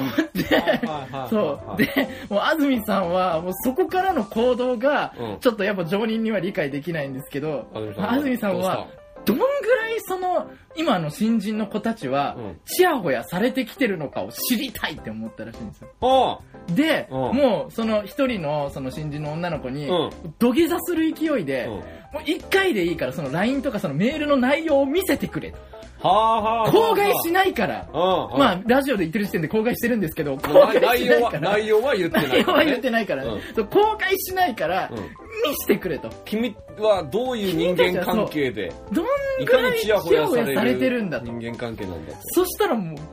[SPEAKER 2] はいはいはい。
[SPEAKER 1] そう。で、もう安住さんは、もうそこからの行動が
[SPEAKER 2] うん、
[SPEAKER 1] ちょっとやっぱ常人には理解できないんですけど、
[SPEAKER 2] は
[SPEAKER 1] 安住さんは、、どんぐらいその、今の新人の子たちは
[SPEAKER 2] うん、
[SPEAKER 1] ちやほやされてきてるのかを知りたいって思ったらしいんですよ。
[SPEAKER 2] あ
[SPEAKER 1] で、
[SPEAKER 2] うん
[SPEAKER 1] もうその一人のその新人の女の子に
[SPEAKER 2] うん、
[SPEAKER 1] 土下座する勢い
[SPEAKER 2] あ
[SPEAKER 1] で、
[SPEAKER 2] うん。
[SPEAKER 1] も
[SPEAKER 2] は
[SPEAKER 1] う一回でいいからその LINE とかそのメールの内容を見せてくれと。
[SPEAKER 2] あはあ。
[SPEAKER 1] 口外しないから。
[SPEAKER 2] うん。うん
[SPEAKER 1] まあ、ラジオで言ってる時点で口外してるんですけど、口外し
[SPEAKER 2] 内
[SPEAKER 1] な
[SPEAKER 2] 容
[SPEAKER 1] い
[SPEAKER 2] は、
[SPEAKER 1] から。
[SPEAKER 2] 内容は言ってない、
[SPEAKER 1] 内容 は言ってないからね、
[SPEAKER 2] うん
[SPEAKER 1] そう公開しないから、
[SPEAKER 2] うん
[SPEAKER 1] 見してくれと
[SPEAKER 2] 君はどういう人間関係で、
[SPEAKER 1] どん
[SPEAKER 2] い
[SPEAKER 1] ぐ
[SPEAKER 2] からに
[SPEAKER 1] い
[SPEAKER 2] チ
[SPEAKER 1] チ
[SPEAKER 2] ヤ
[SPEAKER 1] ヤ
[SPEAKER 2] ホヤ
[SPEAKER 1] ホ
[SPEAKER 2] さ
[SPEAKER 1] ヤ
[SPEAKER 2] れ
[SPEAKER 1] されて
[SPEAKER 2] る
[SPEAKER 1] るんだと
[SPEAKER 2] 人間関係なんだ
[SPEAKER 1] そしたらもう全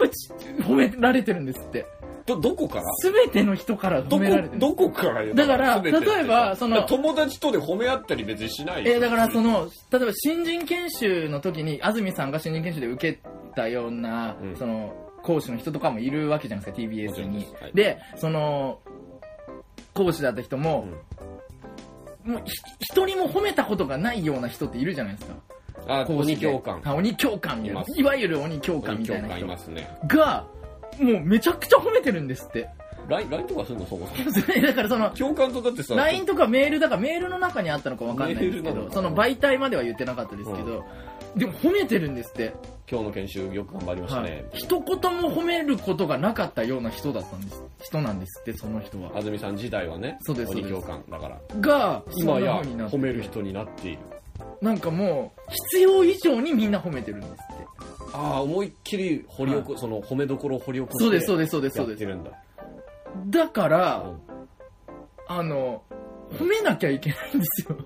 [SPEAKER 1] 部ち褒められてるんですって
[SPEAKER 2] と。ど、どこから
[SPEAKER 1] 全ての人から
[SPEAKER 2] ど
[SPEAKER 1] 褒
[SPEAKER 2] こ
[SPEAKER 1] められて、る
[SPEAKER 2] どこからよ
[SPEAKER 1] だから
[SPEAKER 2] 全て
[SPEAKER 1] 例えばその
[SPEAKER 2] だから友達とで褒め合ったり別にしないよ
[SPEAKER 1] えーだからその例えば新人研修の時に安住さんが新人研修で受けたような、
[SPEAKER 2] うん
[SPEAKER 1] その講師の人とかもいるわけじゃないですか TBS
[SPEAKER 2] もちろんで
[SPEAKER 1] に
[SPEAKER 2] すはい
[SPEAKER 1] でその講師だった人も、もうひ一人も褒めたことがないような人っているじゃないですか
[SPEAKER 2] あ、
[SPEAKER 1] 講師で
[SPEAKER 2] 鬼教官。
[SPEAKER 1] あ鬼教官みたいない
[SPEAKER 2] ます
[SPEAKER 1] いわゆる鬼教官
[SPEAKER 2] 鬼
[SPEAKER 1] み
[SPEAKER 2] 教
[SPEAKER 1] たいな
[SPEAKER 2] 官い
[SPEAKER 1] 人
[SPEAKER 2] ますね。
[SPEAKER 1] がもうめちゃくちゃ褒めてるんですって
[SPEAKER 2] LINE とかするのそもそも。
[SPEAKER 1] それだからその
[SPEAKER 2] 教官とだってさ、
[SPEAKER 1] LINE とかメールだからメールの中にあったのかわかんないんです
[SPEAKER 2] メ
[SPEAKER 1] け
[SPEAKER 2] ールなの
[SPEAKER 1] ど
[SPEAKER 2] か
[SPEAKER 1] その媒体までは言ってなかったですけど、でも褒めてるんですって、
[SPEAKER 2] 今日の研修よく頑張りました
[SPEAKER 1] は
[SPEAKER 2] ね
[SPEAKER 1] い。、一言も褒めることがなかったような人だったんです人なんですってその人は
[SPEAKER 2] 安住さん時代はね、
[SPEAKER 1] そうですそうで
[SPEAKER 2] 鬼
[SPEAKER 1] す
[SPEAKER 2] 教官だから。
[SPEAKER 1] がそ
[SPEAKER 2] 今
[SPEAKER 1] んな
[SPEAKER 2] や
[SPEAKER 1] 風になっ
[SPEAKER 2] 褒
[SPEAKER 1] て
[SPEAKER 2] める人になっている。
[SPEAKER 1] なんかもう必要以上にみんな褒めてるんですって
[SPEAKER 2] ああ、思いっきり掘り起こ、その褒めどころを掘り起こして。
[SPEAKER 1] そうですそう
[SPEAKER 2] で
[SPEAKER 1] ですそうですそ
[SPEAKER 2] や
[SPEAKER 1] う
[SPEAKER 2] っ
[SPEAKER 1] で
[SPEAKER 2] て
[SPEAKER 1] す
[SPEAKER 2] るんだ。
[SPEAKER 1] だから、
[SPEAKER 2] うん
[SPEAKER 1] あの、褒めなきゃいけないんですよ。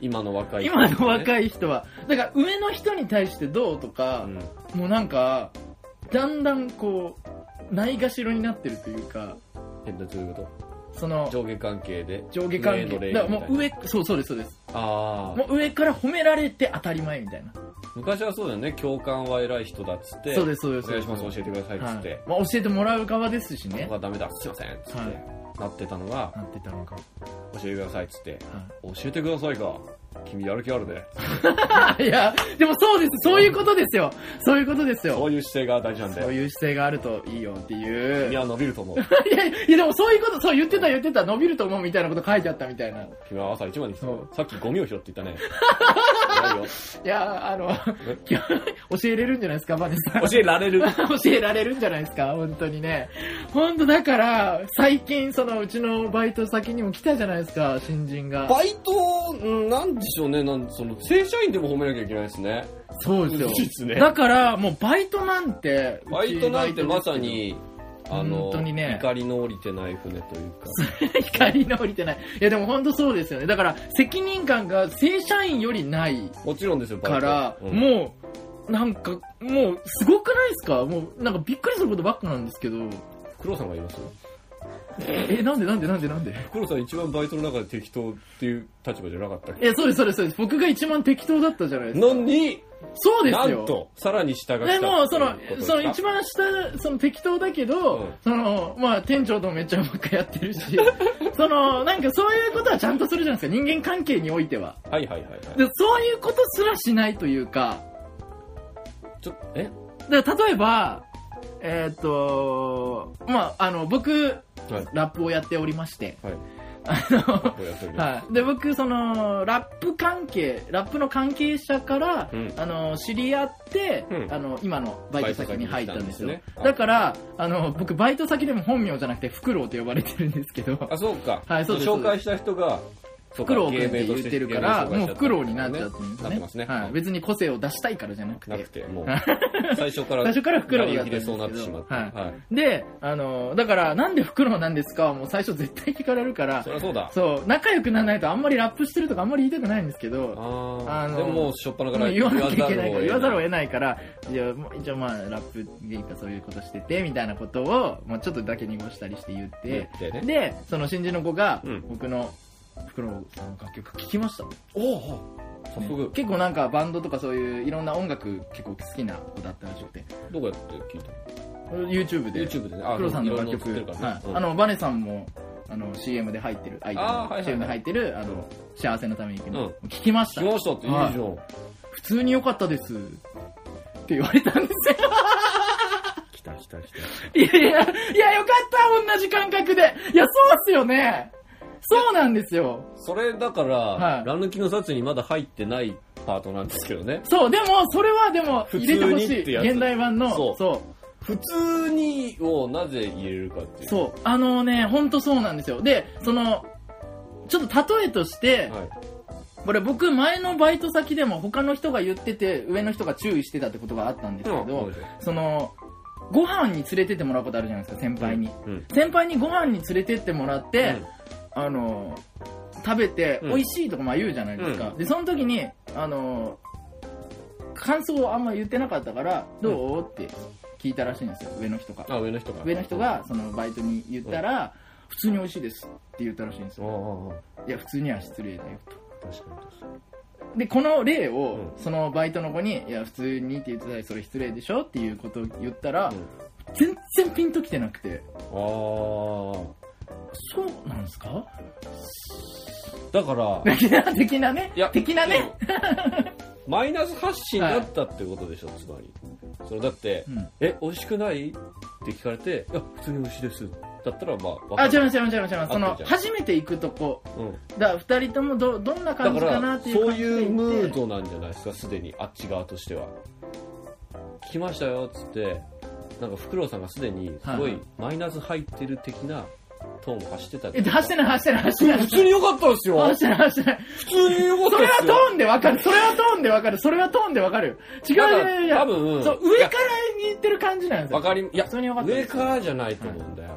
[SPEAKER 2] 今の若い人
[SPEAKER 1] 今の若い人は。だから上の人に対してどうとか
[SPEAKER 2] う、ん
[SPEAKER 1] もうなんか、だんだんこう、ないがしろになってるというか、
[SPEAKER 2] えどういうこ
[SPEAKER 1] その
[SPEAKER 2] と、上下関係で。
[SPEAKER 1] 上下関
[SPEAKER 2] 例の
[SPEAKER 1] 係。
[SPEAKER 2] 例み
[SPEAKER 1] だ
[SPEAKER 2] た
[SPEAKER 1] か
[SPEAKER 2] い
[SPEAKER 1] ら
[SPEAKER 2] な
[SPEAKER 1] もう上、そうそうですそうです。
[SPEAKER 2] あ
[SPEAKER 1] も
[SPEAKER 2] あ。
[SPEAKER 1] う上から褒められて当たり前みたいな。
[SPEAKER 2] 昔はそうだよね。教官は偉い人だっつって。
[SPEAKER 1] そうですそうで
[SPEAKER 2] お
[SPEAKER 1] す。
[SPEAKER 2] 願いします、教えてくださいっつっ
[SPEAKER 1] はい
[SPEAKER 2] て。
[SPEAKER 1] まあ、教えてもらう側ですしね
[SPEAKER 2] 僕。はダメだ、すいませんっつって。
[SPEAKER 1] は
[SPEAKER 2] なってたのが、
[SPEAKER 1] なってたのか。
[SPEAKER 2] 教えてくださいっつって。
[SPEAKER 1] は
[SPEAKER 2] 教えてくださいか。君やる気あるね。
[SPEAKER 1] いいや、でもそうです。そういうことですよ。そういうことです
[SPEAKER 2] そ
[SPEAKER 1] よ。
[SPEAKER 2] ういう姿勢が大事なん
[SPEAKER 1] そう
[SPEAKER 2] で。
[SPEAKER 1] いう姿勢があるといいよっていう。
[SPEAKER 2] 君は伸びると思う。
[SPEAKER 1] いやいや、いやでもそういうこと、そう言ってた言ってた、伸びると思うみたいなこと書いてあったみたいな。い
[SPEAKER 2] 君は朝一番に来た
[SPEAKER 1] そう
[SPEAKER 2] さっきゴミを拾っ て言ったね。偉いよ
[SPEAKER 1] や、あの、 教えれるんじゃないですか、バネさん。
[SPEAKER 2] 教えられる。
[SPEAKER 1] 教えられるんじゃ ないですか、本当にね。本当だから、最近、その、うちのバイト先にも来たじゃないですか、新人が。
[SPEAKER 2] バイト、うんなんでしょうね。なんその正社員でも褒めなきゃいけないですね。
[SPEAKER 1] そうです
[SPEAKER 2] 実
[SPEAKER 1] よ。
[SPEAKER 2] ね
[SPEAKER 1] だから、もうバイトなんて、うち
[SPEAKER 2] バイトなんてま さ、に、あの
[SPEAKER 1] 本、当にね
[SPEAKER 2] 怒りの降りてない船というか。
[SPEAKER 1] 光の降りてない。いや、でも本当そうですよね。だから、責任感が正社員よりない
[SPEAKER 2] もちろんですよ、バイト
[SPEAKER 1] から、
[SPEAKER 2] うん
[SPEAKER 1] もう、なんか、もう、すごくないですかもう、なんかびっくりすることばっかなんですけど。
[SPEAKER 2] 黒さんがいます
[SPEAKER 1] え、なんでなんでなんでなんで
[SPEAKER 2] 黒さん一番バイトの中で適当っていう立場じゃなかったっけ
[SPEAKER 1] え、そうです、そうです、そうです。僕が一番適当だったじゃないですか。
[SPEAKER 2] のに、
[SPEAKER 1] そうです
[SPEAKER 2] な
[SPEAKER 1] よ。
[SPEAKER 2] んと、さらに下が来た
[SPEAKER 1] でも、その
[SPEAKER 2] っていうこ、とです
[SPEAKER 1] そ
[SPEAKER 2] か
[SPEAKER 1] の一番下、その適当だけど、
[SPEAKER 2] うん
[SPEAKER 1] その、まあ、店長ともめっちゃうまくやってるし、 その、なんかそういうことはちゃんとするじゃないですか、人間関係においては。
[SPEAKER 2] はいはいはいはい。
[SPEAKER 1] でそういうことすらしないというか、
[SPEAKER 2] ちょっと、え
[SPEAKER 1] だから例えば、えーっと、まあ、あの、僕、
[SPEAKER 2] はい。
[SPEAKER 1] ラップをやっておりま して、
[SPEAKER 2] はい。
[SPEAKER 1] あの、
[SPEAKER 2] こうやってる
[SPEAKER 1] はい。で、僕、その、ラップ関係、ラップの関係者から、
[SPEAKER 2] うん
[SPEAKER 1] あの、知り合って、
[SPEAKER 2] うん
[SPEAKER 1] あの、今のバイト先に入ったんですよ。
[SPEAKER 2] バイト先に来たんですね
[SPEAKER 1] だから、あの、僕、バイト先でも本名じゃなくて、フクロウと呼ばれてるんですけど、
[SPEAKER 2] あ、そうか。
[SPEAKER 1] はいそうです
[SPEAKER 2] 紹介した人が、
[SPEAKER 1] フクロウ君って言
[SPEAKER 2] そう
[SPEAKER 1] っ
[SPEAKER 2] か
[SPEAKER 1] てるから、
[SPEAKER 2] 芸名
[SPEAKER 1] もう
[SPEAKER 2] として
[SPEAKER 1] フクロウになっちゃってるんです
[SPEAKER 2] なってますね。
[SPEAKER 1] ね。はい。別に個性を出したいからじゃなく
[SPEAKER 2] なく
[SPEAKER 1] て。
[SPEAKER 2] て、もう、最初か ら、
[SPEAKER 1] 最初からフクロウだ
[SPEAKER 2] 成
[SPEAKER 1] っ
[SPEAKER 2] り
[SPEAKER 1] たんで
[SPEAKER 2] 切れ
[SPEAKER 1] すけ
[SPEAKER 2] そ
[SPEAKER 1] ど
[SPEAKER 2] うになってしまって。
[SPEAKER 1] はい
[SPEAKER 2] はい。
[SPEAKER 1] で、あの、だから、なんでフクロウなんですかはもう最初絶対聞かれるから
[SPEAKER 2] そ、りゃそうだ。
[SPEAKER 1] そう、仲良くならないとあんまりラップしてるとかあんまり言いたくないんですけど、
[SPEAKER 2] あ
[SPEAKER 1] あ
[SPEAKER 2] ー
[SPEAKER 1] の
[SPEAKER 2] でももう、しょっぱなから
[SPEAKER 1] 言わなきゃいけないから言わざるを
[SPEAKER 2] 得
[SPEAKER 1] 得ないからいやもう一応まあラップでいいかそういうことしててみたいなことを、まあ、ちょっとだけ濁したりして言って、
[SPEAKER 2] 言ってね
[SPEAKER 1] でその新人の子が
[SPEAKER 2] うん
[SPEAKER 1] 僕の袋さんの楽曲聴きました、
[SPEAKER 2] おお早
[SPEAKER 1] ね
[SPEAKER 2] 速、
[SPEAKER 1] 結構なんかバンドとかそういういろんな音楽結構好きな子だったらしくて
[SPEAKER 2] どこやって聞いたの
[SPEAKER 1] YouTube で
[SPEAKER 2] YouTube でねあ
[SPEAKER 1] 袋さんの楽曲、
[SPEAKER 2] いろいろ載ってるからね
[SPEAKER 1] はい
[SPEAKER 2] うん
[SPEAKER 1] あのバネさんもあの CM で入ってるアイドルの
[SPEAKER 2] あーはいはいはい
[SPEAKER 1] CM で入ってるあの幸せのために行くの、
[SPEAKER 2] う
[SPEAKER 1] 聞きました
[SPEAKER 2] 来ましたって言うじゃん。
[SPEAKER 1] 普通に良かったですって言われたんですよ。
[SPEAKER 2] 来た来た来た。
[SPEAKER 1] いやいや、いや、よかった、同じ感覚で。いや、そうっすよね。そうなんですよ。
[SPEAKER 2] それだから、
[SPEAKER 1] はい
[SPEAKER 2] ラヌキの札にまだ入ってないパートなんですけどね。
[SPEAKER 1] そう、でも、それはでも、
[SPEAKER 2] 普
[SPEAKER 1] 入
[SPEAKER 2] 通
[SPEAKER 1] れて
[SPEAKER 2] に
[SPEAKER 1] ほし
[SPEAKER 2] って
[SPEAKER 1] い。
[SPEAKER 2] やつ
[SPEAKER 1] 現代版の。
[SPEAKER 2] そう
[SPEAKER 1] そう。
[SPEAKER 2] 普通にをなぜ入れるかっていう。
[SPEAKER 1] そう。あのね、ほんとそうなんですよ。で、その、ちょっと例えとして、
[SPEAKER 2] はい。
[SPEAKER 1] これ僕前のバイト先でも他の人が言ってて、上の人が注意してたってことがあったんですけど、その、ご飯に連れてってもらうことあるじゃないですか、先輩に。
[SPEAKER 2] うん。
[SPEAKER 1] 先輩にご飯に連れてってもらって、
[SPEAKER 2] うん
[SPEAKER 1] あの食べて
[SPEAKER 2] うん
[SPEAKER 1] 美味しいとかまあ言うじゃないですか、
[SPEAKER 2] う
[SPEAKER 1] でその時にあの感想をあんま言ってなかったから「どう?」って聞いたらしいんですよ上の人が
[SPEAKER 2] あ、上の人が。
[SPEAKER 1] 上の人がそのバイトに言ったら、普通に美味しいですって言ったらしいんです
[SPEAKER 2] うん。
[SPEAKER 1] よ
[SPEAKER 2] ああ、あ
[SPEAKER 1] いや普通には失礼だよと
[SPEAKER 2] あ確かに確かに。
[SPEAKER 1] でこの例を
[SPEAKER 2] う
[SPEAKER 1] そのバイトの子に「いや普通に」って言ってたらそれ失礼でしょっていうことを言ったら、
[SPEAKER 2] うん
[SPEAKER 1] 全然ピンときてなくて
[SPEAKER 2] あ
[SPEAKER 1] そうなんですか
[SPEAKER 2] あ。だから、
[SPEAKER 1] 的な的なね
[SPEAKER 2] いや
[SPEAKER 1] 的なね、
[SPEAKER 2] マイナス発信だったってことでしょ、つまり。それだって、
[SPEAKER 1] うん
[SPEAKER 2] え、美味しくないって聞かれて、いや、普通に美味しいです。だったら、まあ、わ
[SPEAKER 1] あ、
[SPEAKER 2] か
[SPEAKER 1] 違い
[SPEAKER 2] る
[SPEAKER 1] ます、違います、違います。そ
[SPEAKER 2] 合
[SPEAKER 1] の
[SPEAKER 2] って、るじゃ
[SPEAKER 1] 初めて行くとこ。
[SPEAKER 2] うん。
[SPEAKER 1] だから、二人ともど、どんな
[SPEAKER 2] だ
[SPEAKER 1] 感
[SPEAKER 2] か
[SPEAKER 1] じかな
[SPEAKER 2] ら、
[SPEAKER 1] っていう
[SPEAKER 2] そう
[SPEAKER 1] 感じで
[SPEAKER 2] いうムー
[SPEAKER 1] 行って。
[SPEAKER 2] ドなんじゃないですか、すでに、あっち側としては。来ましたよ、っつって、なんか、フクロウさんがすでに、すご、
[SPEAKER 1] はいはい
[SPEAKER 2] マイナス入ってる的な、トーンを発してたって
[SPEAKER 1] え、
[SPEAKER 2] こと
[SPEAKER 1] 走ってない、走ってない、走ってない。
[SPEAKER 2] 普通に良かったですよ
[SPEAKER 1] 走ってない、走ってない。
[SPEAKER 2] 普通に良
[SPEAKER 1] そ
[SPEAKER 2] かっ
[SPEAKER 1] れは
[SPEAKER 2] たです
[SPEAKER 1] ト
[SPEAKER 2] よ
[SPEAKER 1] ーンでわかる。それはトーンでわかる。それはトーンでわかる。違う、い
[SPEAKER 2] だから
[SPEAKER 1] やいや
[SPEAKER 2] 多分
[SPEAKER 1] そう、上からに行ってる感じなんですよ。
[SPEAKER 2] わかり、いや
[SPEAKER 1] 普通に良か、ったで
[SPEAKER 2] 上
[SPEAKER 1] す
[SPEAKER 2] からじゃないと思うんだよ。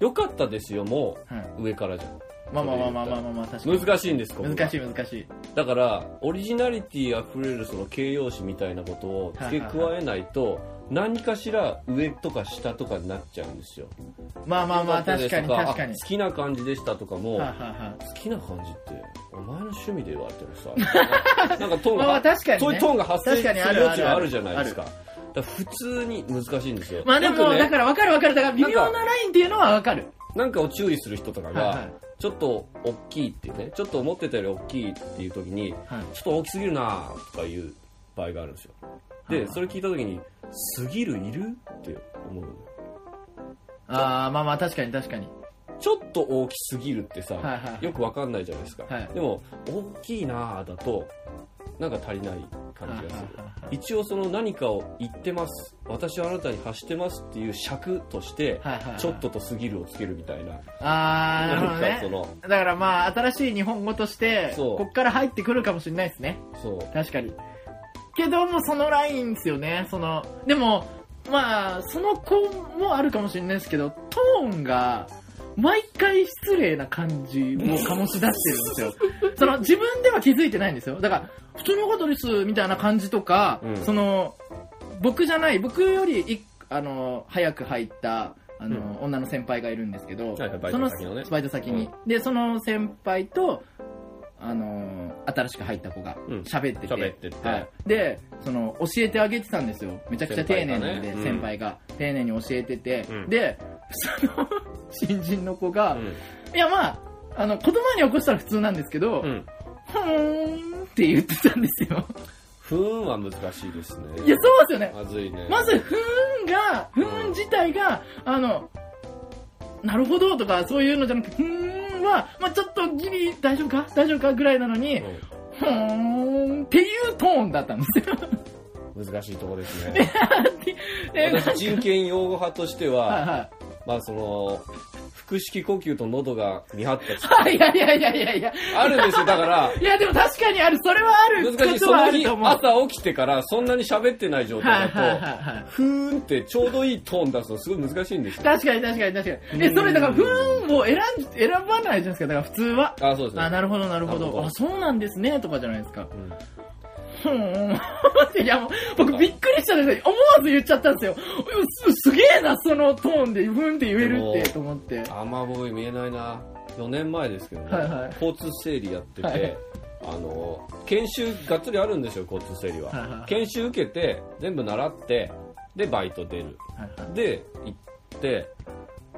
[SPEAKER 2] 良かったですよ、も
[SPEAKER 1] はい。
[SPEAKER 2] う、上からじゃん。
[SPEAKER 1] まあまあまあまあまあまあまあ、確かに。
[SPEAKER 2] 難しいんですここが
[SPEAKER 1] 難しい、難しい。
[SPEAKER 2] だからオリジナリティあふれるその形容詞みたいなことを付け加えないと何かしら上とか下とかになっちゃうんですよ
[SPEAKER 1] まあまあまあ、確かに、
[SPEAKER 2] と
[SPEAKER 1] 確かに
[SPEAKER 2] あ。好きな感じでしたとかも
[SPEAKER 1] はあはあはあ
[SPEAKER 2] 好きな感じってお前の趣味で言われても さなんかトーンが、
[SPEAKER 1] まあまあ確かにね
[SPEAKER 2] そういうトーンが発生す
[SPEAKER 1] 確かに
[SPEAKER 2] る
[SPEAKER 1] ある
[SPEAKER 2] 余地が
[SPEAKER 1] あ
[SPEAKER 2] あ
[SPEAKER 1] る
[SPEAKER 2] るじゃないですかだから普通に難しいんですよ
[SPEAKER 1] まあで
[SPEAKER 2] よ
[SPEAKER 1] も、
[SPEAKER 2] くね
[SPEAKER 1] だからわかるわかる。だから微妙なラインっていうのはわかる。
[SPEAKER 2] なんかを注意する人とか
[SPEAKER 1] はいは
[SPEAKER 2] が
[SPEAKER 1] い、
[SPEAKER 2] ちょっと大きいっていうね、ちょっと思ってたより大きいっていう時に、
[SPEAKER 1] はい
[SPEAKER 2] ちょっと大きすぎるなとかいう場合があるんですよ。
[SPEAKER 1] はい
[SPEAKER 2] で、
[SPEAKER 1] はい
[SPEAKER 2] それ聞いた時に、すぎるいるって思うのよ
[SPEAKER 1] ああ、まあまあ、確かに、確かに。
[SPEAKER 2] ちょっと大きすぎるってさ、
[SPEAKER 1] はいはい
[SPEAKER 2] よくわかんないじゃないですか。
[SPEAKER 1] はい
[SPEAKER 2] でも、大きいなだと、なんか足りない感じがする。
[SPEAKER 1] はいはいはい
[SPEAKER 2] 一応その何かを言ってます。私はあなたに発してますっていう尺として
[SPEAKER 1] はいはいはい、
[SPEAKER 2] ちょっととすぎるをつけるみたいな。
[SPEAKER 1] あー、なるほど
[SPEAKER 2] なんかその
[SPEAKER 1] ね。だからまあ、新しい日本語として、
[SPEAKER 2] そう
[SPEAKER 1] こっから入ってくるかもしれないですね。
[SPEAKER 2] そう。
[SPEAKER 1] 確かに。けども、そのラインですよね。その、でも、まあ、その子もあるかもしれないですけど、トーンが、毎回失礼な感じを醸し出してるん ですよ。その、自分では気づいてないんですよ。だから、普通のことです、みたいな感じとか、
[SPEAKER 2] うん
[SPEAKER 1] その、僕じゃない、僕よりい、あの、早く入った、あの、
[SPEAKER 2] うん
[SPEAKER 1] 女の先輩がいるんですけど、
[SPEAKER 2] はいはいバイ
[SPEAKER 1] そ
[SPEAKER 2] ト
[SPEAKER 1] の
[SPEAKER 2] 先のね
[SPEAKER 1] バイト先に。で、その先輩と、あの、新しく入った子が
[SPEAKER 2] うん
[SPEAKER 1] 喋ってて、
[SPEAKER 2] 喋ってて
[SPEAKER 1] はい、で、その、教えてあげてたんですよ。めちゃくちゃ丁寧なんで、
[SPEAKER 2] 先輩がねうん
[SPEAKER 1] 先輩が,、丁寧に教えてて、
[SPEAKER 2] うん
[SPEAKER 1] で、その、 新人の子が、
[SPEAKER 2] うん
[SPEAKER 1] いや、まあ、あの、言葉に起こしたら普通なんですけど、
[SPEAKER 2] うん
[SPEAKER 1] ふーんって言ってたんですよ。
[SPEAKER 2] ふーんは難しいですね。
[SPEAKER 1] いや、そうですよね。
[SPEAKER 2] まずいね。
[SPEAKER 1] まず、不運が、不運自体が、あの、なるほどとか、そういうのじゃなくて、ふーんは、まあちょっとギリ、大丈夫か大丈夫かぐらいなのに、ふーんっていうトーンだったんですよ。
[SPEAKER 2] うん難しいとこですね。
[SPEAKER 1] えなんか
[SPEAKER 2] 私、人権擁護派として
[SPEAKER 1] はい
[SPEAKER 2] は、
[SPEAKER 1] は
[SPEAKER 2] まあその、腹式呼吸と喉が見張っ た
[SPEAKER 1] い。いやいやいやいやいや。
[SPEAKER 2] あるんですよ、だから、
[SPEAKER 1] いや、でも確かにある、それはある
[SPEAKER 2] 難しい。
[SPEAKER 1] こ
[SPEAKER 2] そ
[SPEAKER 1] とはあ
[SPEAKER 2] の
[SPEAKER 1] る
[SPEAKER 2] 日、
[SPEAKER 1] と思う。はい
[SPEAKER 2] 朝起きてからそんなに喋ってない状
[SPEAKER 1] はい
[SPEAKER 2] 態
[SPEAKER 1] はい
[SPEAKER 2] だ
[SPEAKER 1] はい
[SPEAKER 2] と、ふーんってちょうどいいトーン出すのすごい難しいんですよ。
[SPEAKER 1] 確かに確かに確かに。え、それだから、不運を選ん、選ばないじゃないですか、だから普通は。
[SPEAKER 2] あ、そうですね。
[SPEAKER 1] あ、なるほどなるほ
[SPEAKER 2] なるほ
[SPEAKER 1] ど。
[SPEAKER 2] ど
[SPEAKER 1] あ、そうなんですね、とかじゃないですか。
[SPEAKER 2] うん
[SPEAKER 1] ふーん。っていや、もう、僕びっくりしたんですよ。思わず言っちゃったんですよ。うすすげえな、そのトーンで、ふーんって言えるっ
[SPEAKER 2] で
[SPEAKER 1] て、
[SPEAKER 2] も
[SPEAKER 1] と思って。
[SPEAKER 2] あんま僕見えないな。4年前ですけどね、
[SPEAKER 1] はいはい
[SPEAKER 2] 交通整理やってて、
[SPEAKER 1] はい
[SPEAKER 2] あの、研修がっつりあるんですよ、交通整理は。
[SPEAKER 1] はいはい
[SPEAKER 2] 研修受けて、全部習って、で、バイト出る。
[SPEAKER 1] はいはい
[SPEAKER 2] で、行って、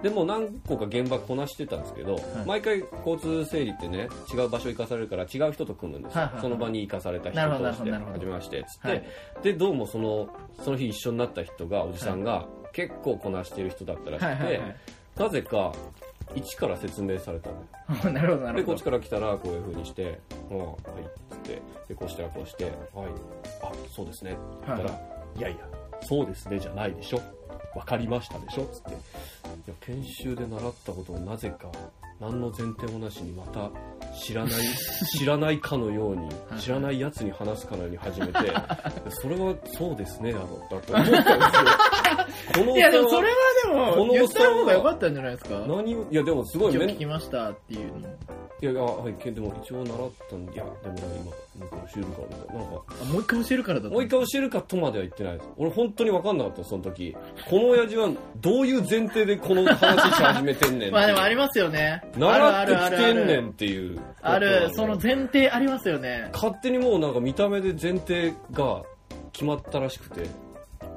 [SPEAKER 2] でもう何個か現場こなしてたんですけど、毎回交通整理ってね、違う場所行かされるから違う人と組むんです
[SPEAKER 1] は
[SPEAKER 2] よ。
[SPEAKER 1] いはいはい
[SPEAKER 2] その場に行かされた人
[SPEAKER 1] なるほど
[SPEAKER 2] として、
[SPEAKER 1] なるほどなるほど
[SPEAKER 2] 初めまして、つって、
[SPEAKER 1] はい
[SPEAKER 2] で、どうもその、その日一緒になった人が、おじさんが、結構こなしてる人だったらしくて、
[SPEAKER 1] はいはいはい
[SPEAKER 2] なぜか、一から説明されたのよ。
[SPEAKER 1] うん。なるほどな
[SPEAKER 2] で、
[SPEAKER 1] る
[SPEAKER 2] こ
[SPEAKER 1] ほ
[SPEAKER 2] っち
[SPEAKER 1] ど。
[SPEAKER 2] から来たら、こういう風にして、うん、はい、つって、で、こうしたらこうして、はい、あ、そうですね、って言ったら、、
[SPEAKER 1] はい
[SPEAKER 2] やいや、そうですね、じゃないでしょ。わかりましたでしょつって。いや、研修で習ったことをなぜか、何の前提もなしにまた、知らない、知らないかのように
[SPEAKER 1] は、い
[SPEAKER 2] 知らないやつに話すかのように 始めて、いやそれはそうですね、あの、だと思ったんですよ。この
[SPEAKER 1] いや、でも
[SPEAKER 2] 歌
[SPEAKER 1] それ
[SPEAKER 2] は
[SPEAKER 1] はで
[SPEAKER 2] こ
[SPEAKER 1] も、
[SPEAKER 2] の
[SPEAKER 1] 言
[SPEAKER 2] お
[SPEAKER 1] っ
[SPEAKER 2] ったさんは
[SPEAKER 1] 方が良かったんじゃないですか
[SPEAKER 2] 何をいや、でもすごい
[SPEAKER 1] 一応
[SPEAKER 2] めん
[SPEAKER 1] 聞きましたっていうの。
[SPEAKER 2] いやいや、はい、けでも一応習ったんで、いや、でも今、もう一回教えるからみたいな。なんか、
[SPEAKER 1] あもう一回教えるからだと
[SPEAKER 2] もう
[SPEAKER 1] 思
[SPEAKER 2] 一回教えるかとまでは言ってないです。俺本当に分かんなかった、その時。この親父はどういう前提でこの話し始めて んねんっていう。
[SPEAKER 1] まあでもありますよね。
[SPEAKER 2] 習
[SPEAKER 1] あ
[SPEAKER 2] って
[SPEAKER 1] るあ
[SPEAKER 2] き
[SPEAKER 1] る
[SPEAKER 2] て
[SPEAKER 1] ある
[SPEAKER 2] ん
[SPEAKER 1] あ
[SPEAKER 2] ね
[SPEAKER 1] る
[SPEAKER 2] んっていう。
[SPEAKER 1] ある、その前提ありますよね。
[SPEAKER 2] 勝手にもうなんか見た目で前提が決まったらしくて。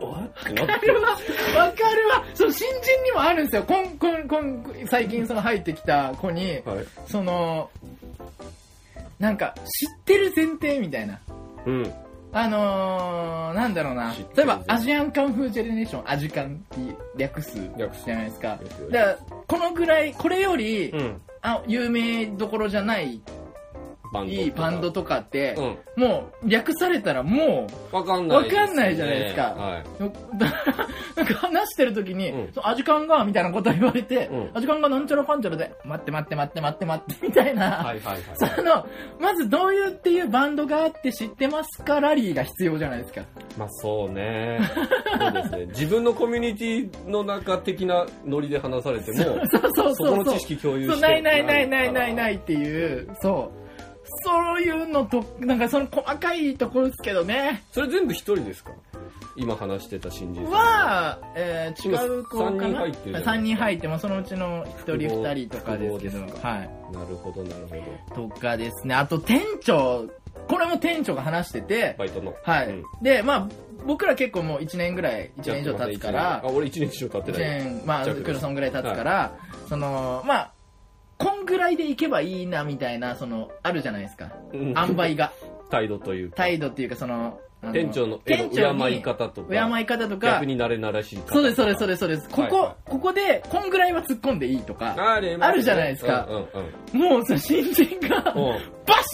[SPEAKER 2] あってなっ
[SPEAKER 1] わかるわ、わかるわ。その新人にもあるんですよ。こん、こん、こん、最近その入ってきた子に、
[SPEAKER 2] て。はい。
[SPEAKER 1] その、なんか、知ってる前提みたいな。
[SPEAKER 2] うん。
[SPEAKER 1] あのー、なんだろうな
[SPEAKER 2] 知って。る
[SPEAKER 1] 例えば、アジアンカンフージェネレーション、アジカンって略す
[SPEAKER 2] 略す
[SPEAKER 1] じゃないですか。
[SPEAKER 2] 略すよ
[SPEAKER 1] だから、このぐらい、これより、
[SPEAKER 2] うん。
[SPEAKER 1] あ、有名どころじゃない、
[SPEAKER 2] バンド。
[SPEAKER 1] いいバンド
[SPEAKER 2] と
[SPEAKER 1] とかって
[SPEAKER 2] か。、うん。
[SPEAKER 1] もう、略されたらもう、
[SPEAKER 2] わかんないですね。
[SPEAKER 1] わかんないじゃないですか
[SPEAKER 2] はい。
[SPEAKER 1] よ だからなんか話してる時に、
[SPEAKER 2] うん
[SPEAKER 1] そうアジカンが、みたいなこと言われて、
[SPEAKER 2] うん
[SPEAKER 1] アジカンがなんちゃらかんちゃらで、待って待って待って待って待って、みたいな、
[SPEAKER 2] はいはいはい。
[SPEAKER 1] その、まずどういうっていうバンドがあって知ってますかラリーが必要じゃないですか。
[SPEAKER 2] まあそうね。そうです ね。自分のコミュニティの中的なノリで話されても、
[SPEAKER 1] そうそう
[SPEAKER 2] そ
[SPEAKER 1] そう
[SPEAKER 2] この
[SPEAKER 1] そう
[SPEAKER 2] 知。識共有
[SPEAKER 1] そ
[SPEAKER 2] し
[SPEAKER 1] う
[SPEAKER 2] て。
[SPEAKER 1] ないないないないないないいっていう、そう。そういうのと、なんかその細かいところですけどね。
[SPEAKER 2] それ全部一人ですか今話してた新人さん。
[SPEAKER 1] は、えー、違う子かな
[SPEAKER 2] 今三人入ってるじゃないですか
[SPEAKER 1] 三人入っても、そのうちの一人
[SPEAKER 2] 複合
[SPEAKER 1] 二人とかですけど、
[SPEAKER 2] 複合です
[SPEAKER 1] はい。
[SPEAKER 2] なるほどなるほど。
[SPEAKER 1] とかですね。あと店長、これも店長が話してて、
[SPEAKER 2] バイトの。
[SPEAKER 1] はい。
[SPEAKER 2] うん
[SPEAKER 1] で、まあ、僕ら結構もう1年ぐらい、1年以上経つか
[SPEAKER 2] あ、
[SPEAKER 1] ら、
[SPEAKER 2] 俺一年以上経って
[SPEAKER 1] 1
[SPEAKER 2] ない。
[SPEAKER 1] 年、まあ、
[SPEAKER 2] 弱
[SPEAKER 1] クロソンぐらい経つから、その、まあ、こんぐらいでいけばいいな、みたいな、その、あるじゃないですか。
[SPEAKER 2] うん
[SPEAKER 1] 塩梅が。
[SPEAKER 2] 態度というか。
[SPEAKER 1] 態度っていうか、その、あ
[SPEAKER 2] 店長の
[SPEAKER 1] 店長に
[SPEAKER 2] 敬い方とか。
[SPEAKER 1] 敬い方とか
[SPEAKER 2] 逆、に慣れ慣れしい方とか。
[SPEAKER 1] そうです、そうです、そうです、そうです。ここ、
[SPEAKER 2] はいは
[SPEAKER 1] ここで、こんぐらいは突っ込んでいいとか、
[SPEAKER 2] あれますね
[SPEAKER 1] あるじゃないですか
[SPEAKER 2] うんうんうん。
[SPEAKER 1] もう、その新人が、 バ
[SPEAKER 2] おう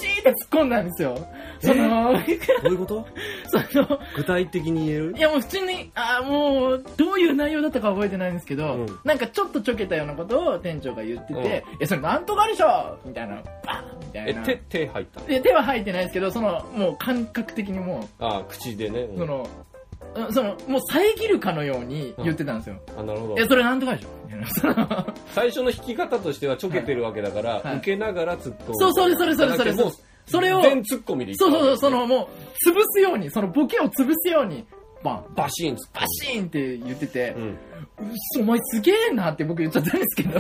[SPEAKER 1] シーって突っ込んだんですよ。その、
[SPEAKER 2] どういうこと
[SPEAKER 1] その、
[SPEAKER 2] 具体的に言える
[SPEAKER 1] いやもう普通に、ああ、もう、どういう内容だったか覚えてないんですけど、
[SPEAKER 2] うん
[SPEAKER 1] なんかちょっとちょけたようなことを店長が言ってて、え、それなんとかでしょみたいな、バーンみた
[SPEAKER 2] え
[SPEAKER 1] いな。、
[SPEAKER 2] 手、手入った
[SPEAKER 1] で手は入ってないですけど、その、もう感覚的にも
[SPEAKER 2] ああ、口でね。
[SPEAKER 1] う、
[SPEAKER 2] うん
[SPEAKER 1] その、うんその、もう遮るかのように言ってたんですよ。
[SPEAKER 2] あ、なるほど
[SPEAKER 1] え、。それなんとかでしょみたいなその
[SPEAKER 2] 最初の引き方としてはちょけてるわけだから、
[SPEAKER 1] はいはい
[SPEAKER 2] 受けながら突っ込む。
[SPEAKER 1] そうそれそれそれそれ
[SPEAKER 2] じゃなくてもう
[SPEAKER 1] それを
[SPEAKER 2] 全突っ込みでい
[SPEAKER 1] そうそうそう、そ
[SPEAKER 2] そ
[SPEAKER 1] のもう、潰すように、そのボケを潰すように、バン、
[SPEAKER 2] の、バシーン突っ込
[SPEAKER 1] バシーンって言ってて、
[SPEAKER 2] む。うん。
[SPEAKER 1] うっそお前すげえなって僕言っちゃったんですけど。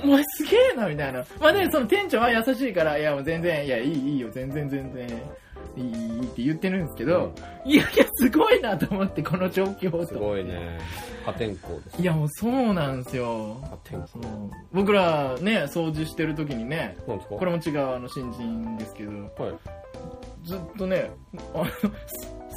[SPEAKER 1] お前すげえなみたいな。まあで、その店長は優しいから、いやもう全然、いや、いい、いいよ、全然、全然、いい、いいいいって言ってるんですけど、いやいや、すごいなと思って、この状況と。
[SPEAKER 2] すごい。ね。破天荒です。
[SPEAKER 1] いや、もうそうなんですよ。
[SPEAKER 2] 破天荒。
[SPEAKER 1] そう僕らね、掃除してる時にね、
[SPEAKER 2] なんですか
[SPEAKER 1] これも違うあの新人ですけど、
[SPEAKER 2] はい。
[SPEAKER 1] ずっとねあの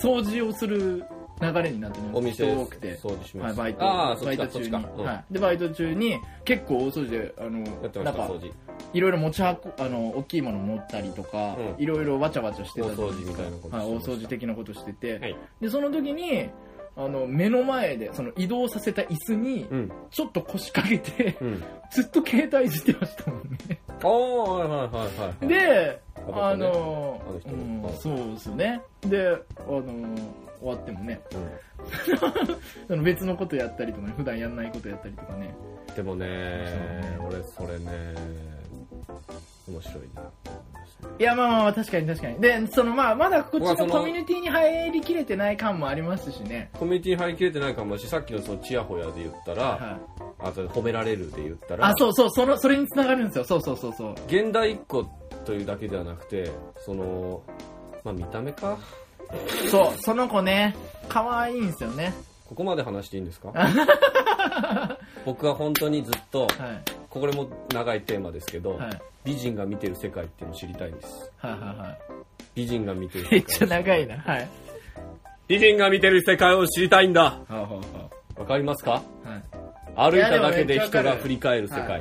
[SPEAKER 1] 掃除をする流れになってね
[SPEAKER 2] お店
[SPEAKER 1] 人多くて
[SPEAKER 2] 掃除し
[SPEAKER 1] は
[SPEAKER 2] ま
[SPEAKER 1] い、
[SPEAKER 2] す。
[SPEAKER 1] バイト
[SPEAKER 2] ああ、そ
[SPEAKER 1] バ
[SPEAKER 2] っ
[SPEAKER 1] イ
[SPEAKER 2] ち
[SPEAKER 1] ト中
[SPEAKER 2] か、そっ
[SPEAKER 1] に、
[SPEAKER 2] ちか。うんや
[SPEAKER 1] はい、でバイト中に結構大掃除であ
[SPEAKER 2] って
[SPEAKER 1] のな
[SPEAKER 2] ま
[SPEAKER 1] ん
[SPEAKER 2] した、
[SPEAKER 1] か
[SPEAKER 2] 掃除。
[SPEAKER 1] いろいろ持ち運あの大きいもの持ったりとか、
[SPEAKER 2] う
[SPEAKER 1] いろいろわちゃわちゃしてたじゃ
[SPEAKER 2] 大掃
[SPEAKER 1] ない
[SPEAKER 2] 除
[SPEAKER 1] で
[SPEAKER 2] み
[SPEAKER 1] すか
[SPEAKER 2] たいなこと
[SPEAKER 1] はい、大
[SPEAKER 2] してま
[SPEAKER 1] 掃
[SPEAKER 2] した
[SPEAKER 1] 除的なことしてて、
[SPEAKER 2] はい
[SPEAKER 1] でその時にあの目の前でその移動させた椅子に
[SPEAKER 2] うん。
[SPEAKER 1] ちょっと腰掛けて
[SPEAKER 2] うん。
[SPEAKER 1] ずっと携帯いじってましたもんね
[SPEAKER 2] おー、はいはいはいはい。、
[SPEAKER 1] で、
[SPEAKER 2] ね
[SPEAKER 1] あの
[SPEAKER 2] あの人
[SPEAKER 1] うん、そうですねであの終わってもねその別のことやったりとかね普段やんないことやったりとかね
[SPEAKER 2] うんでもね、
[SPEAKER 1] そ
[SPEAKER 2] 俺それね、面白いなって思いますね。
[SPEAKER 1] いやまあまあまあ確かに確かにでそのまあまだこっち
[SPEAKER 2] まあそ
[SPEAKER 1] の
[SPEAKER 2] の
[SPEAKER 1] コミュニティに入りきれてない感もありますしね
[SPEAKER 2] コミュニティに入りきれてないかもし、さっきのそのチヤホヤで言ったら、
[SPEAKER 1] はい
[SPEAKER 2] あと褒められるで言ったら、
[SPEAKER 1] あそうそうそのそれにつながるんですよそうそうそうそう
[SPEAKER 2] 現代一個というだけではなくて、その、まあ見た目か
[SPEAKER 1] そうその子ね可愛いんですよね
[SPEAKER 2] ここまで話していい んですか僕は本当にずっと、
[SPEAKER 1] はい
[SPEAKER 2] これも長いテーマですけど、
[SPEAKER 1] はい
[SPEAKER 2] 美人が見てる世界っていうのを知りたいんです。
[SPEAKER 1] はいはいはい
[SPEAKER 2] 美人が見てる世
[SPEAKER 1] め
[SPEAKER 2] 界。
[SPEAKER 1] っちゃ長い。なはい
[SPEAKER 2] 美人が見てる世界を知りたいんだ。
[SPEAKER 1] はは
[SPEAKER 2] わかりますか
[SPEAKER 1] ははい
[SPEAKER 2] 歩いただけ
[SPEAKER 1] いやでもめ
[SPEAKER 2] で
[SPEAKER 1] っちゃわか
[SPEAKER 2] 人
[SPEAKER 1] る
[SPEAKER 2] が振り返る世界。
[SPEAKER 1] は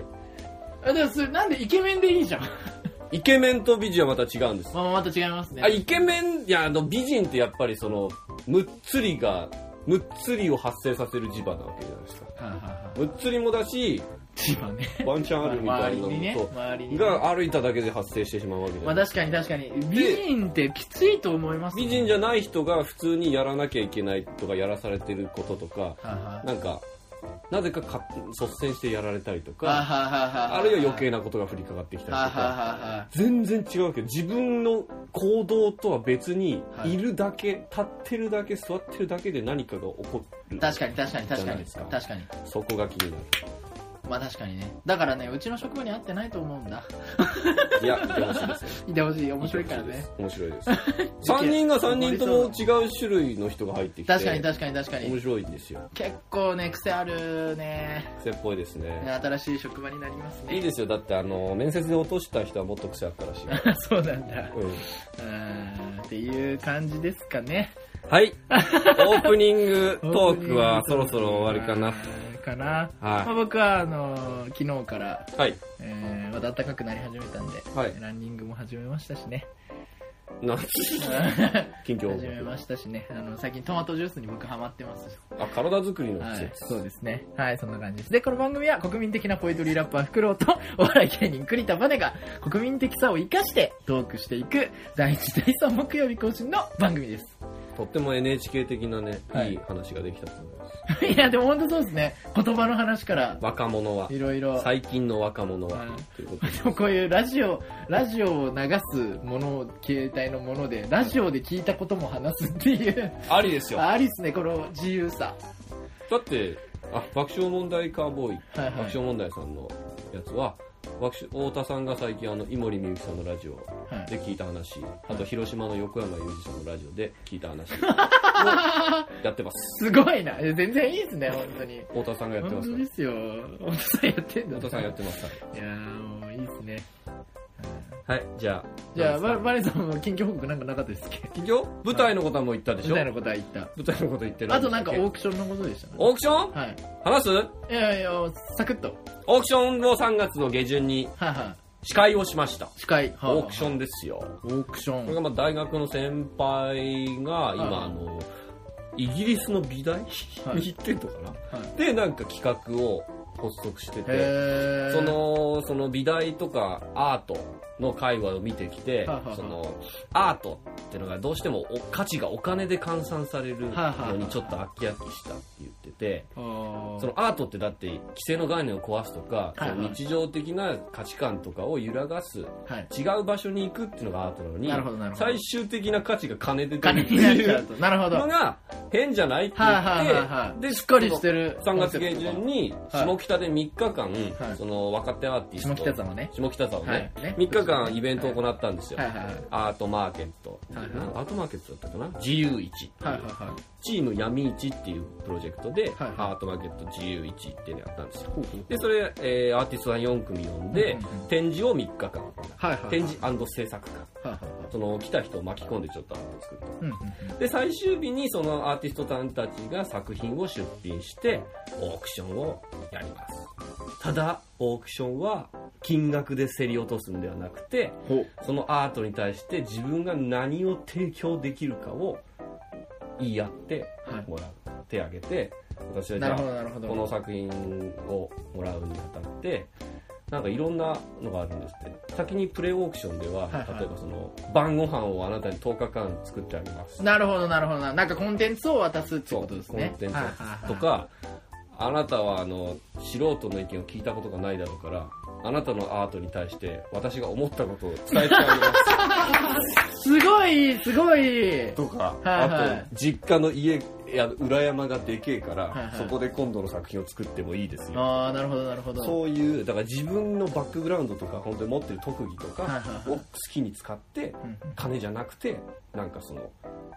[SPEAKER 1] あでもそれなんでイケメンでいいじゃん
[SPEAKER 2] イケメンと美人はまた違うんです。
[SPEAKER 1] まあまあまた違いますね
[SPEAKER 2] あ、イケメン、いや、あの、美人ってやっぱりその、むっつりが、むっつりを発生させる磁場なわけじゃないですか。
[SPEAKER 1] はいはいはい
[SPEAKER 2] むっつりもだし、
[SPEAKER 1] 今 ね
[SPEAKER 2] ワンチャンあるみた
[SPEAKER 1] 周
[SPEAKER 2] い
[SPEAKER 1] り
[SPEAKER 2] な
[SPEAKER 1] にね
[SPEAKER 2] の
[SPEAKER 1] 周り
[SPEAKER 2] と、
[SPEAKER 1] にね
[SPEAKER 2] が歩いただけで発生してしまうわけじゃない
[SPEAKER 1] まあ確かに確かに美人ってきついと思います
[SPEAKER 2] 美人じゃない人が普通にやらなきゃいけないとかやらされてることとか
[SPEAKER 1] ゃはいはい
[SPEAKER 2] なんかなぜかか率先してやられたりと
[SPEAKER 1] はい
[SPEAKER 2] か
[SPEAKER 1] はいはいはい
[SPEAKER 2] あるいは余計なことが降りかかってきたりと
[SPEAKER 1] はいはい
[SPEAKER 2] か
[SPEAKER 1] はいはい
[SPEAKER 2] 全然違うわけど自分の行動とは別に
[SPEAKER 1] はい
[SPEAKER 2] いるだけ立ってるだけ座ってるだけで何かが起こる
[SPEAKER 1] 確かに確かに確
[SPEAKER 2] じ
[SPEAKER 1] か
[SPEAKER 2] ゃない
[SPEAKER 1] に
[SPEAKER 2] ですか
[SPEAKER 1] 確かに
[SPEAKER 2] そこが気にな
[SPEAKER 1] まあ確かにねだからねうちの職場に合ってないと思うんだ
[SPEAKER 2] るいやいてほしいですよ
[SPEAKER 1] いてほしい面白いからね
[SPEAKER 2] 面白 いです3人が3人とも違う種類の人が入ってきて
[SPEAKER 1] 確かに確かに確か
[SPEAKER 2] 面
[SPEAKER 1] に
[SPEAKER 2] 白いんですよ
[SPEAKER 1] 結構ね癖あるね
[SPEAKER 2] 癖っぽいですね
[SPEAKER 1] ね新しい職場になります
[SPEAKER 2] いい
[SPEAKER 1] ね
[SPEAKER 2] ですよだってあの面接で落とした人はもっと癖あったらしい、
[SPEAKER 1] そうなんだ
[SPEAKER 2] うん、
[SPEAKER 1] うーんっていう感じですかね
[SPEAKER 2] はい オープニングトークはそろそろ終わりかな
[SPEAKER 1] かな、
[SPEAKER 2] はい
[SPEAKER 1] まあ、僕はあのー昨日から、
[SPEAKER 2] はい
[SPEAKER 1] えーまた暖かくなり始めたんで、
[SPEAKER 2] はい
[SPEAKER 1] ランニングも始めましたし ね
[SPEAKER 2] な近況報
[SPEAKER 1] 始めま
[SPEAKER 2] 告
[SPEAKER 1] したしねあの最近トマトジュースに僕ハマってます
[SPEAKER 2] あ体作りの
[SPEAKER 1] は
[SPEAKER 2] 季
[SPEAKER 1] い、
[SPEAKER 2] 節、
[SPEAKER 1] そうですね。はい、そんな感じです。で、この番組は国民的なポエトリーラッパーフクロウと お笑い芸人栗田バネが国民的さを生かしてトークしていく第1第3木曜日更新の番組です。
[SPEAKER 2] とっても NHK 的なね、
[SPEAKER 1] はい
[SPEAKER 2] い、い話ができたと思います
[SPEAKER 1] いや、でも本当そうですね。言葉の話から
[SPEAKER 2] 若者はい
[SPEAKER 1] ろいろ。
[SPEAKER 2] 最近の若者は、
[SPEAKER 1] はい
[SPEAKER 2] ということで
[SPEAKER 1] でもこういうラジオ、ラジオを流すものを、携帯のもので、ラジオで聞いたことも話すっていう、
[SPEAKER 2] ありです よ
[SPEAKER 1] ありっすね、この自由さ。
[SPEAKER 2] だってあ爆笑問題カーボーイ、
[SPEAKER 1] はいはい
[SPEAKER 2] 爆笑問題さんのやつは爆笑太田さんが最近あの井森美幸さんのラジオ
[SPEAKER 1] はい
[SPEAKER 2] で聞いた話、あと広島の横山裕二さんのラジオで聞い た話をやってます。
[SPEAKER 1] すごいな。え全然いいですね、本当に。
[SPEAKER 2] 太田さんがやって
[SPEAKER 1] 本
[SPEAKER 2] ます
[SPEAKER 1] 当
[SPEAKER 2] か
[SPEAKER 1] で
[SPEAKER 2] ら。
[SPEAKER 1] すよ。本当さんやってんだ。
[SPEAKER 2] 太田さんやってますか
[SPEAKER 1] いやーもういいですね。
[SPEAKER 2] ら。はい、じゃあ。
[SPEAKER 1] じゃあ、
[SPEAKER 2] 何
[SPEAKER 1] バ
[SPEAKER 2] ですか
[SPEAKER 1] バレさんも近況報告なんかなかったですっけ
[SPEAKER 2] 企業舞台のことはもう言ったでし
[SPEAKER 1] み
[SPEAKER 2] ょ
[SPEAKER 1] たいなことは言った。
[SPEAKER 2] 舞台のこと言ってない。
[SPEAKER 1] あとなんかオークションのことでしたね。
[SPEAKER 2] オークション
[SPEAKER 1] はい。
[SPEAKER 2] 話す
[SPEAKER 1] いやいや、サクッと。
[SPEAKER 2] オークションを3月の下旬に
[SPEAKER 1] はいは
[SPEAKER 2] 司会をしました。
[SPEAKER 1] い。司会。はい
[SPEAKER 2] オークションですよ。
[SPEAKER 1] オークショ
[SPEAKER 2] これ
[SPEAKER 1] ン。
[SPEAKER 2] がまあ大学の先輩が
[SPEAKER 1] は
[SPEAKER 2] 今
[SPEAKER 1] い
[SPEAKER 2] あのイギリスの美大に
[SPEAKER 1] はい
[SPEAKER 2] 行ってんのかな、
[SPEAKER 1] はい
[SPEAKER 2] でなんか企画を発足してて
[SPEAKER 1] へー
[SPEAKER 2] そ、のその美大とかアートの界隈を見てきて
[SPEAKER 1] はいはいはい
[SPEAKER 2] そのアートっていうのがどうしてもお価値がお金で換算される
[SPEAKER 1] はいはいはい
[SPEAKER 2] のにちょっと飽き飽きしたって言ってて。そ
[SPEAKER 1] そ
[SPEAKER 2] のアートってだって規制の概念を壊すと
[SPEAKER 1] は
[SPEAKER 2] か、
[SPEAKER 1] いはい
[SPEAKER 2] その日常的な価値観とかを揺らがす
[SPEAKER 1] はい。
[SPEAKER 2] 違う場所に行くっていうのがアートなのに
[SPEAKER 1] なるほどなるほど
[SPEAKER 2] 最終的な価値が金で出る
[SPEAKER 1] 金
[SPEAKER 2] って
[SPEAKER 1] になっ
[SPEAKER 2] い
[SPEAKER 1] ちゃう
[SPEAKER 2] う
[SPEAKER 1] と。なるほど。 はい
[SPEAKER 2] のが変じゃないって言って、
[SPEAKER 1] はいはいはい。
[SPEAKER 2] で
[SPEAKER 1] しっかりしてる。
[SPEAKER 2] 3月下旬に
[SPEAKER 1] はい
[SPEAKER 2] 下北で3日間、
[SPEAKER 1] はい
[SPEAKER 2] その若手アーティス
[SPEAKER 1] 下
[SPEAKER 2] ト
[SPEAKER 1] 北沢ね。
[SPEAKER 2] 下北沢をね,、
[SPEAKER 1] はいね
[SPEAKER 2] 3日間イベントを行ったんですよ、
[SPEAKER 1] はいはいはい。
[SPEAKER 2] アートマーケット、
[SPEAKER 1] はいはい
[SPEAKER 2] なんかアートマーケットだったかな自由市、
[SPEAKER 1] はいはいはい。
[SPEAKER 2] チーム闇市っていうプロジェクトで、
[SPEAKER 1] はいはい
[SPEAKER 2] アートマーケット自由市っていうのやったんですよ
[SPEAKER 1] ほうほう
[SPEAKER 2] でそれ、えーアーティストさん4組呼んで、
[SPEAKER 1] うんうんうん
[SPEAKER 2] 展示を3日間
[SPEAKER 1] はいはいはい。
[SPEAKER 2] 展示制作館
[SPEAKER 1] はいはいはい。
[SPEAKER 2] その来た人を巻き込んでちょっとアートを作った
[SPEAKER 1] うんうん
[SPEAKER 2] で最終日にそのアーティストさんたちが作品を出品してオークションをやりますただオークションは金額で競り落とすんではなくて
[SPEAKER 1] ほう
[SPEAKER 2] そのアートに対して自分が何を提供できるかを言い合って
[SPEAKER 1] はい
[SPEAKER 2] もらってあげて私はじ
[SPEAKER 1] なる
[SPEAKER 2] ゃ
[SPEAKER 1] ほ
[SPEAKER 2] あ
[SPEAKER 1] どなるほど
[SPEAKER 2] この作品をもらうにあたってなんかいろんなのがあるんですって先にプレオークションでは、
[SPEAKER 1] はいはい
[SPEAKER 2] 例えばその晩ご飯をあなたに10日間作ってあげます
[SPEAKER 1] なるほどなるほどななんかコンテンツを渡すってことですね
[SPEAKER 2] コンテンツ
[SPEAKER 1] はいはいはい
[SPEAKER 2] とかあなたはあの素人の意見を聞いたことがないだろうからあなたのアートに対して私が思ったことを伝えてあげます
[SPEAKER 1] すごいすごい
[SPEAKER 2] とか、
[SPEAKER 1] はいはい
[SPEAKER 2] あと実家の家いや裏山がでけえから、
[SPEAKER 1] はいはい
[SPEAKER 2] そこで今度の作品を作ってもいいですよ
[SPEAKER 1] ああなるほどなるほど
[SPEAKER 2] そういうだから自分のバックグラウンドとか本当に持ってる特技と
[SPEAKER 1] はい
[SPEAKER 2] か
[SPEAKER 1] はい
[SPEAKER 2] を
[SPEAKER 1] は
[SPEAKER 2] 好きに使って
[SPEAKER 1] うん
[SPEAKER 2] 金じゃなくてなんかその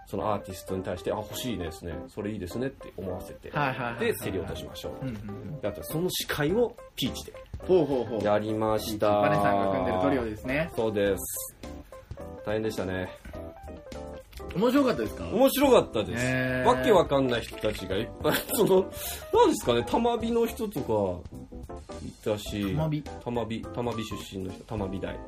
[SPEAKER 2] そのアーティストに対してあ欲しいですねそれいいですねって思わせて
[SPEAKER 1] はいはいはいはい
[SPEAKER 2] で競り落としましょ
[SPEAKER 1] う
[SPEAKER 2] う
[SPEAKER 1] んうん
[SPEAKER 2] だってその司会をピーチで
[SPEAKER 1] ほうほうほう
[SPEAKER 2] やりました
[SPEAKER 1] バネさんが組んでるトリオですね
[SPEAKER 2] そうです大変でしたね
[SPEAKER 1] 面白かったですか
[SPEAKER 2] 面白かったです、
[SPEAKER 1] へー
[SPEAKER 2] わけわかんない人たちがいっぱい その何ですかねたまびの人とかいたし
[SPEAKER 1] 玉美
[SPEAKER 2] たまびたまび出身の人たまび大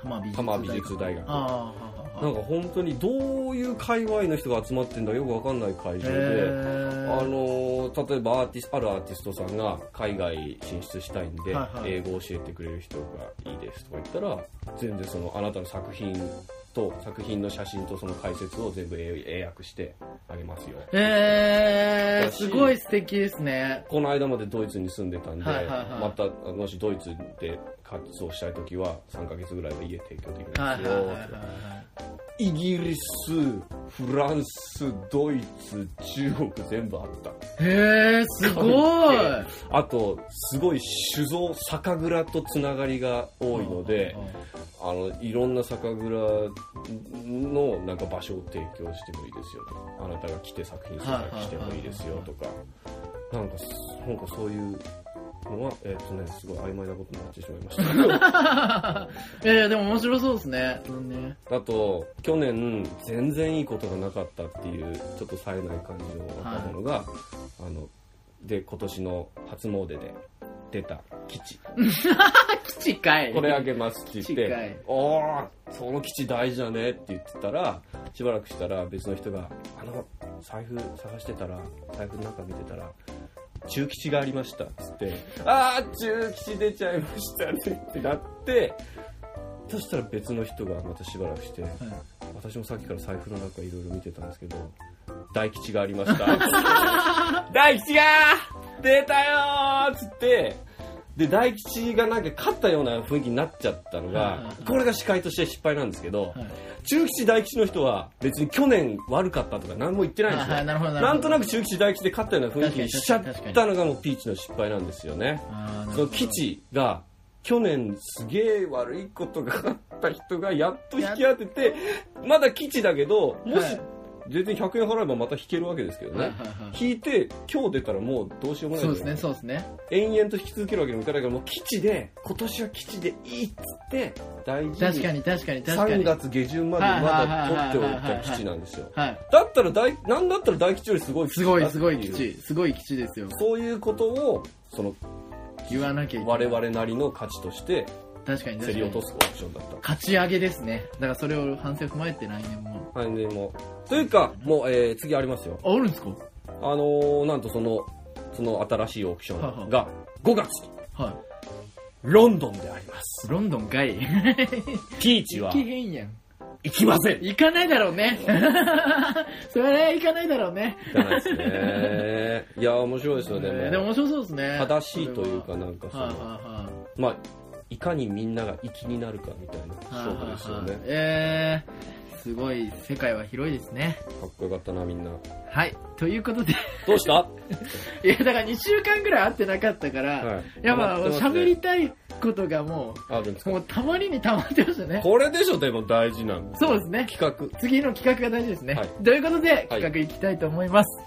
[SPEAKER 1] 玉美
[SPEAKER 2] 多摩美術大学
[SPEAKER 1] ああ
[SPEAKER 2] なんか本当にどういう界隈の人が集まってんだかよくわかんない会場であ
[SPEAKER 1] の
[SPEAKER 2] のー例えばアーティスあるアーティストさんが海外進出したいんで、
[SPEAKER 1] はいはい
[SPEAKER 2] 英語を教えてくれる人がいいですとか言ったら全然そのあなたの作品と作品の写真とその解説を全部英英訳してあげますよ
[SPEAKER 1] えー、
[SPEAKER 2] だし
[SPEAKER 1] すごい素敵ですね
[SPEAKER 2] この間までドイツに住んでたんで、
[SPEAKER 1] はいはいはい
[SPEAKER 2] またもしドイツで活動したい時は3ヶ月ぐらいは家提供できるんですよ、
[SPEAKER 1] はいはいはいはい
[SPEAKER 2] イギリスフランスドイツ中国全部あった
[SPEAKER 1] へえー、す ごい
[SPEAKER 2] あとすごい酒造酒蔵とつながりが多いのであのいろんな酒蔵のなんか場所を提供してもいいですよとかあなたが来て作品制作してもいいですよとかなんかなんかそういうのはえっ、とねすごい曖昧なことになってしまいました
[SPEAKER 1] い
[SPEAKER 2] け
[SPEAKER 1] やいやでも面白そうですねね
[SPEAKER 2] どあと去年全然いいことがなかったっていうちょっと冴えない感じの若者が、あので今年の初詣で出た吉
[SPEAKER 1] 基地かい
[SPEAKER 2] これあげますって言っ
[SPEAKER 1] 基地かい
[SPEAKER 2] て、おー、その基地大事だねって言ってたら、しばらくしたら別の人が、あの、財布探してたら、財布の中見てたら、中吉がありましたっつって、あー、中吉出ちゃいましたねってなって、そしたら別の人がまたしばらくして、私もさっきから財布の中いろいろ見てたんですけど、大吉がありました。 大吉が出たよーっつって、で、大吉がなんか勝ったような雰囲気になっちゃったの
[SPEAKER 1] はいはいは
[SPEAKER 2] が
[SPEAKER 1] い、
[SPEAKER 2] これが司会として失敗なんですけど、
[SPEAKER 1] はい
[SPEAKER 2] 中吉大吉の人は別に去年悪かったとか何も言ってないんです
[SPEAKER 1] はいはい
[SPEAKER 2] よ。
[SPEAKER 1] なるほどなるほ
[SPEAKER 2] な
[SPEAKER 1] ど
[SPEAKER 2] んとなく中吉大吉で勝ったような雰囲気にしちゃったのがもうピーチの失敗なんですよね。
[SPEAKER 1] あーなる
[SPEAKER 2] そ
[SPEAKER 1] ほ
[SPEAKER 2] の
[SPEAKER 1] ど
[SPEAKER 2] 基地が去年すげえ悪いことがあった人がやっと引き当ててまだ基地だけども
[SPEAKER 1] は
[SPEAKER 2] し
[SPEAKER 1] い
[SPEAKER 2] 全然100円払えばまた引けるわけですけど
[SPEAKER 1] はい
[SPEAKER 2] ね
[SPEAKER 1] はいはい
[SPEAKER 2] 引いて今日出たらもうどうしようもない
[SPEAKER 1] そ
[SPEAKER 2] じ
[SPEAKER 1] うです
[SPEAKER 2] ゃない
[SPEAKER 1] ねそうですね
[SPEAKER 2] 延々と引き続けるわけにもいかないからもう基地で今年は基地でいいっつって大事
[SPEAKER 1] 確
[SPEAKER 2] に
[SPEAKER 1] かに確かに確か
[SPEAKER 2] 3
[SPEAKER 1] に
[SPEAKER 2] 月下旬までまだ取っておいた基地なんですよ
[SPEAKER 1] はい
[SPEAKER 2] だったら大なんだったら大吉よりすごい基地
[SPEAKER 1] す
[SPEAKER 2] だっ
[SPEAKER 1] ご
[SPEAKER 2] てう
[SPEAKER 1] いすごい基地すごい基地ですよ
[SPEAKER 2] そういうことをその
[SPEAKER 1] 言わなきゃいけない
[SPEAKER 2] 我々なりの価値として
[SPEAKER 1] 確かに確か
[SPEAKER 2] 競
[SPEAKER 1] に
[SPEAKER 2] り落とすオークションだった。
[SPEAKER 1] 勝ち上げですねだからそれを反省を踏まえて来年も
[SPEAKER 2] はい、でも。というか、もう、えー次ありますよ。
[SPEAKER 1] ああるんですか
[SPEAKER 2] あのーなんとその、その新しいオークションが、5月、
[SPEAKER 1] は
[SPEAKER 2] ロンドンであります。
[SPEAKER 1] いロンドン外
[SPEAKER 2] ピーチ
[SPEAKER 1] 行
[SPEAKER 2] は
[SPEAKER 1] けへんやん
[SPEAKER 2] 行きません
[SPEAKER 1] 行かないだろうね それは行かないだろうね
[SPEAKER 2] じゃないです ね。いやー、面白いですよね。
[SPEAKER 1] えーでも面白そうですね
[SPEAKER 2] 正しいというか、なんか
[SPEAKER 1] そ
[SPEAKER 2] そ
[SPEAKER 1] れははい
[SPEAKER 2] の、まあ、いかにみんなが粋になるかみたいな
[SPEAKER 1] はい
[SPEAKER 2] 勝負
[SPEAKER 1] はい
[SPEAKER 2] です
[SPEAKER 1] はいはいはい
[SPEAKER 2] よね。
[SPEAKER 1] えーすごい世界は広いですね
[SPEAKER 2] かっこよかったな、みんな。
[SPEAKER 1] はいということで
[SPEAKER 2] どうしたはい
[SPEAKER 1] やだから2週間ぐらい会ってなかったから、
[SPEAKER 2] い。
[SPEAKER 1] やっぱ
[SPEAKER 2] 溜まってますね
[SPEAKER 1] 喋りたいことがも
[SPEAKER 2] あるんです
[SPEAKER 1] う
[SPEAKER 2] か
[SPEAKER 1] もうたまりにたまってましたね
[SPEAKER 2] これでしょ、でも大事なの。
[SPEAKER 1] そうですね
[SPEAKER 2] 企画。
[SPEAKER 1] 次の企画が大事ですね。
[SPEAKER 2] はい
[SPEAKER 1] ということで、企画いきたいと思います。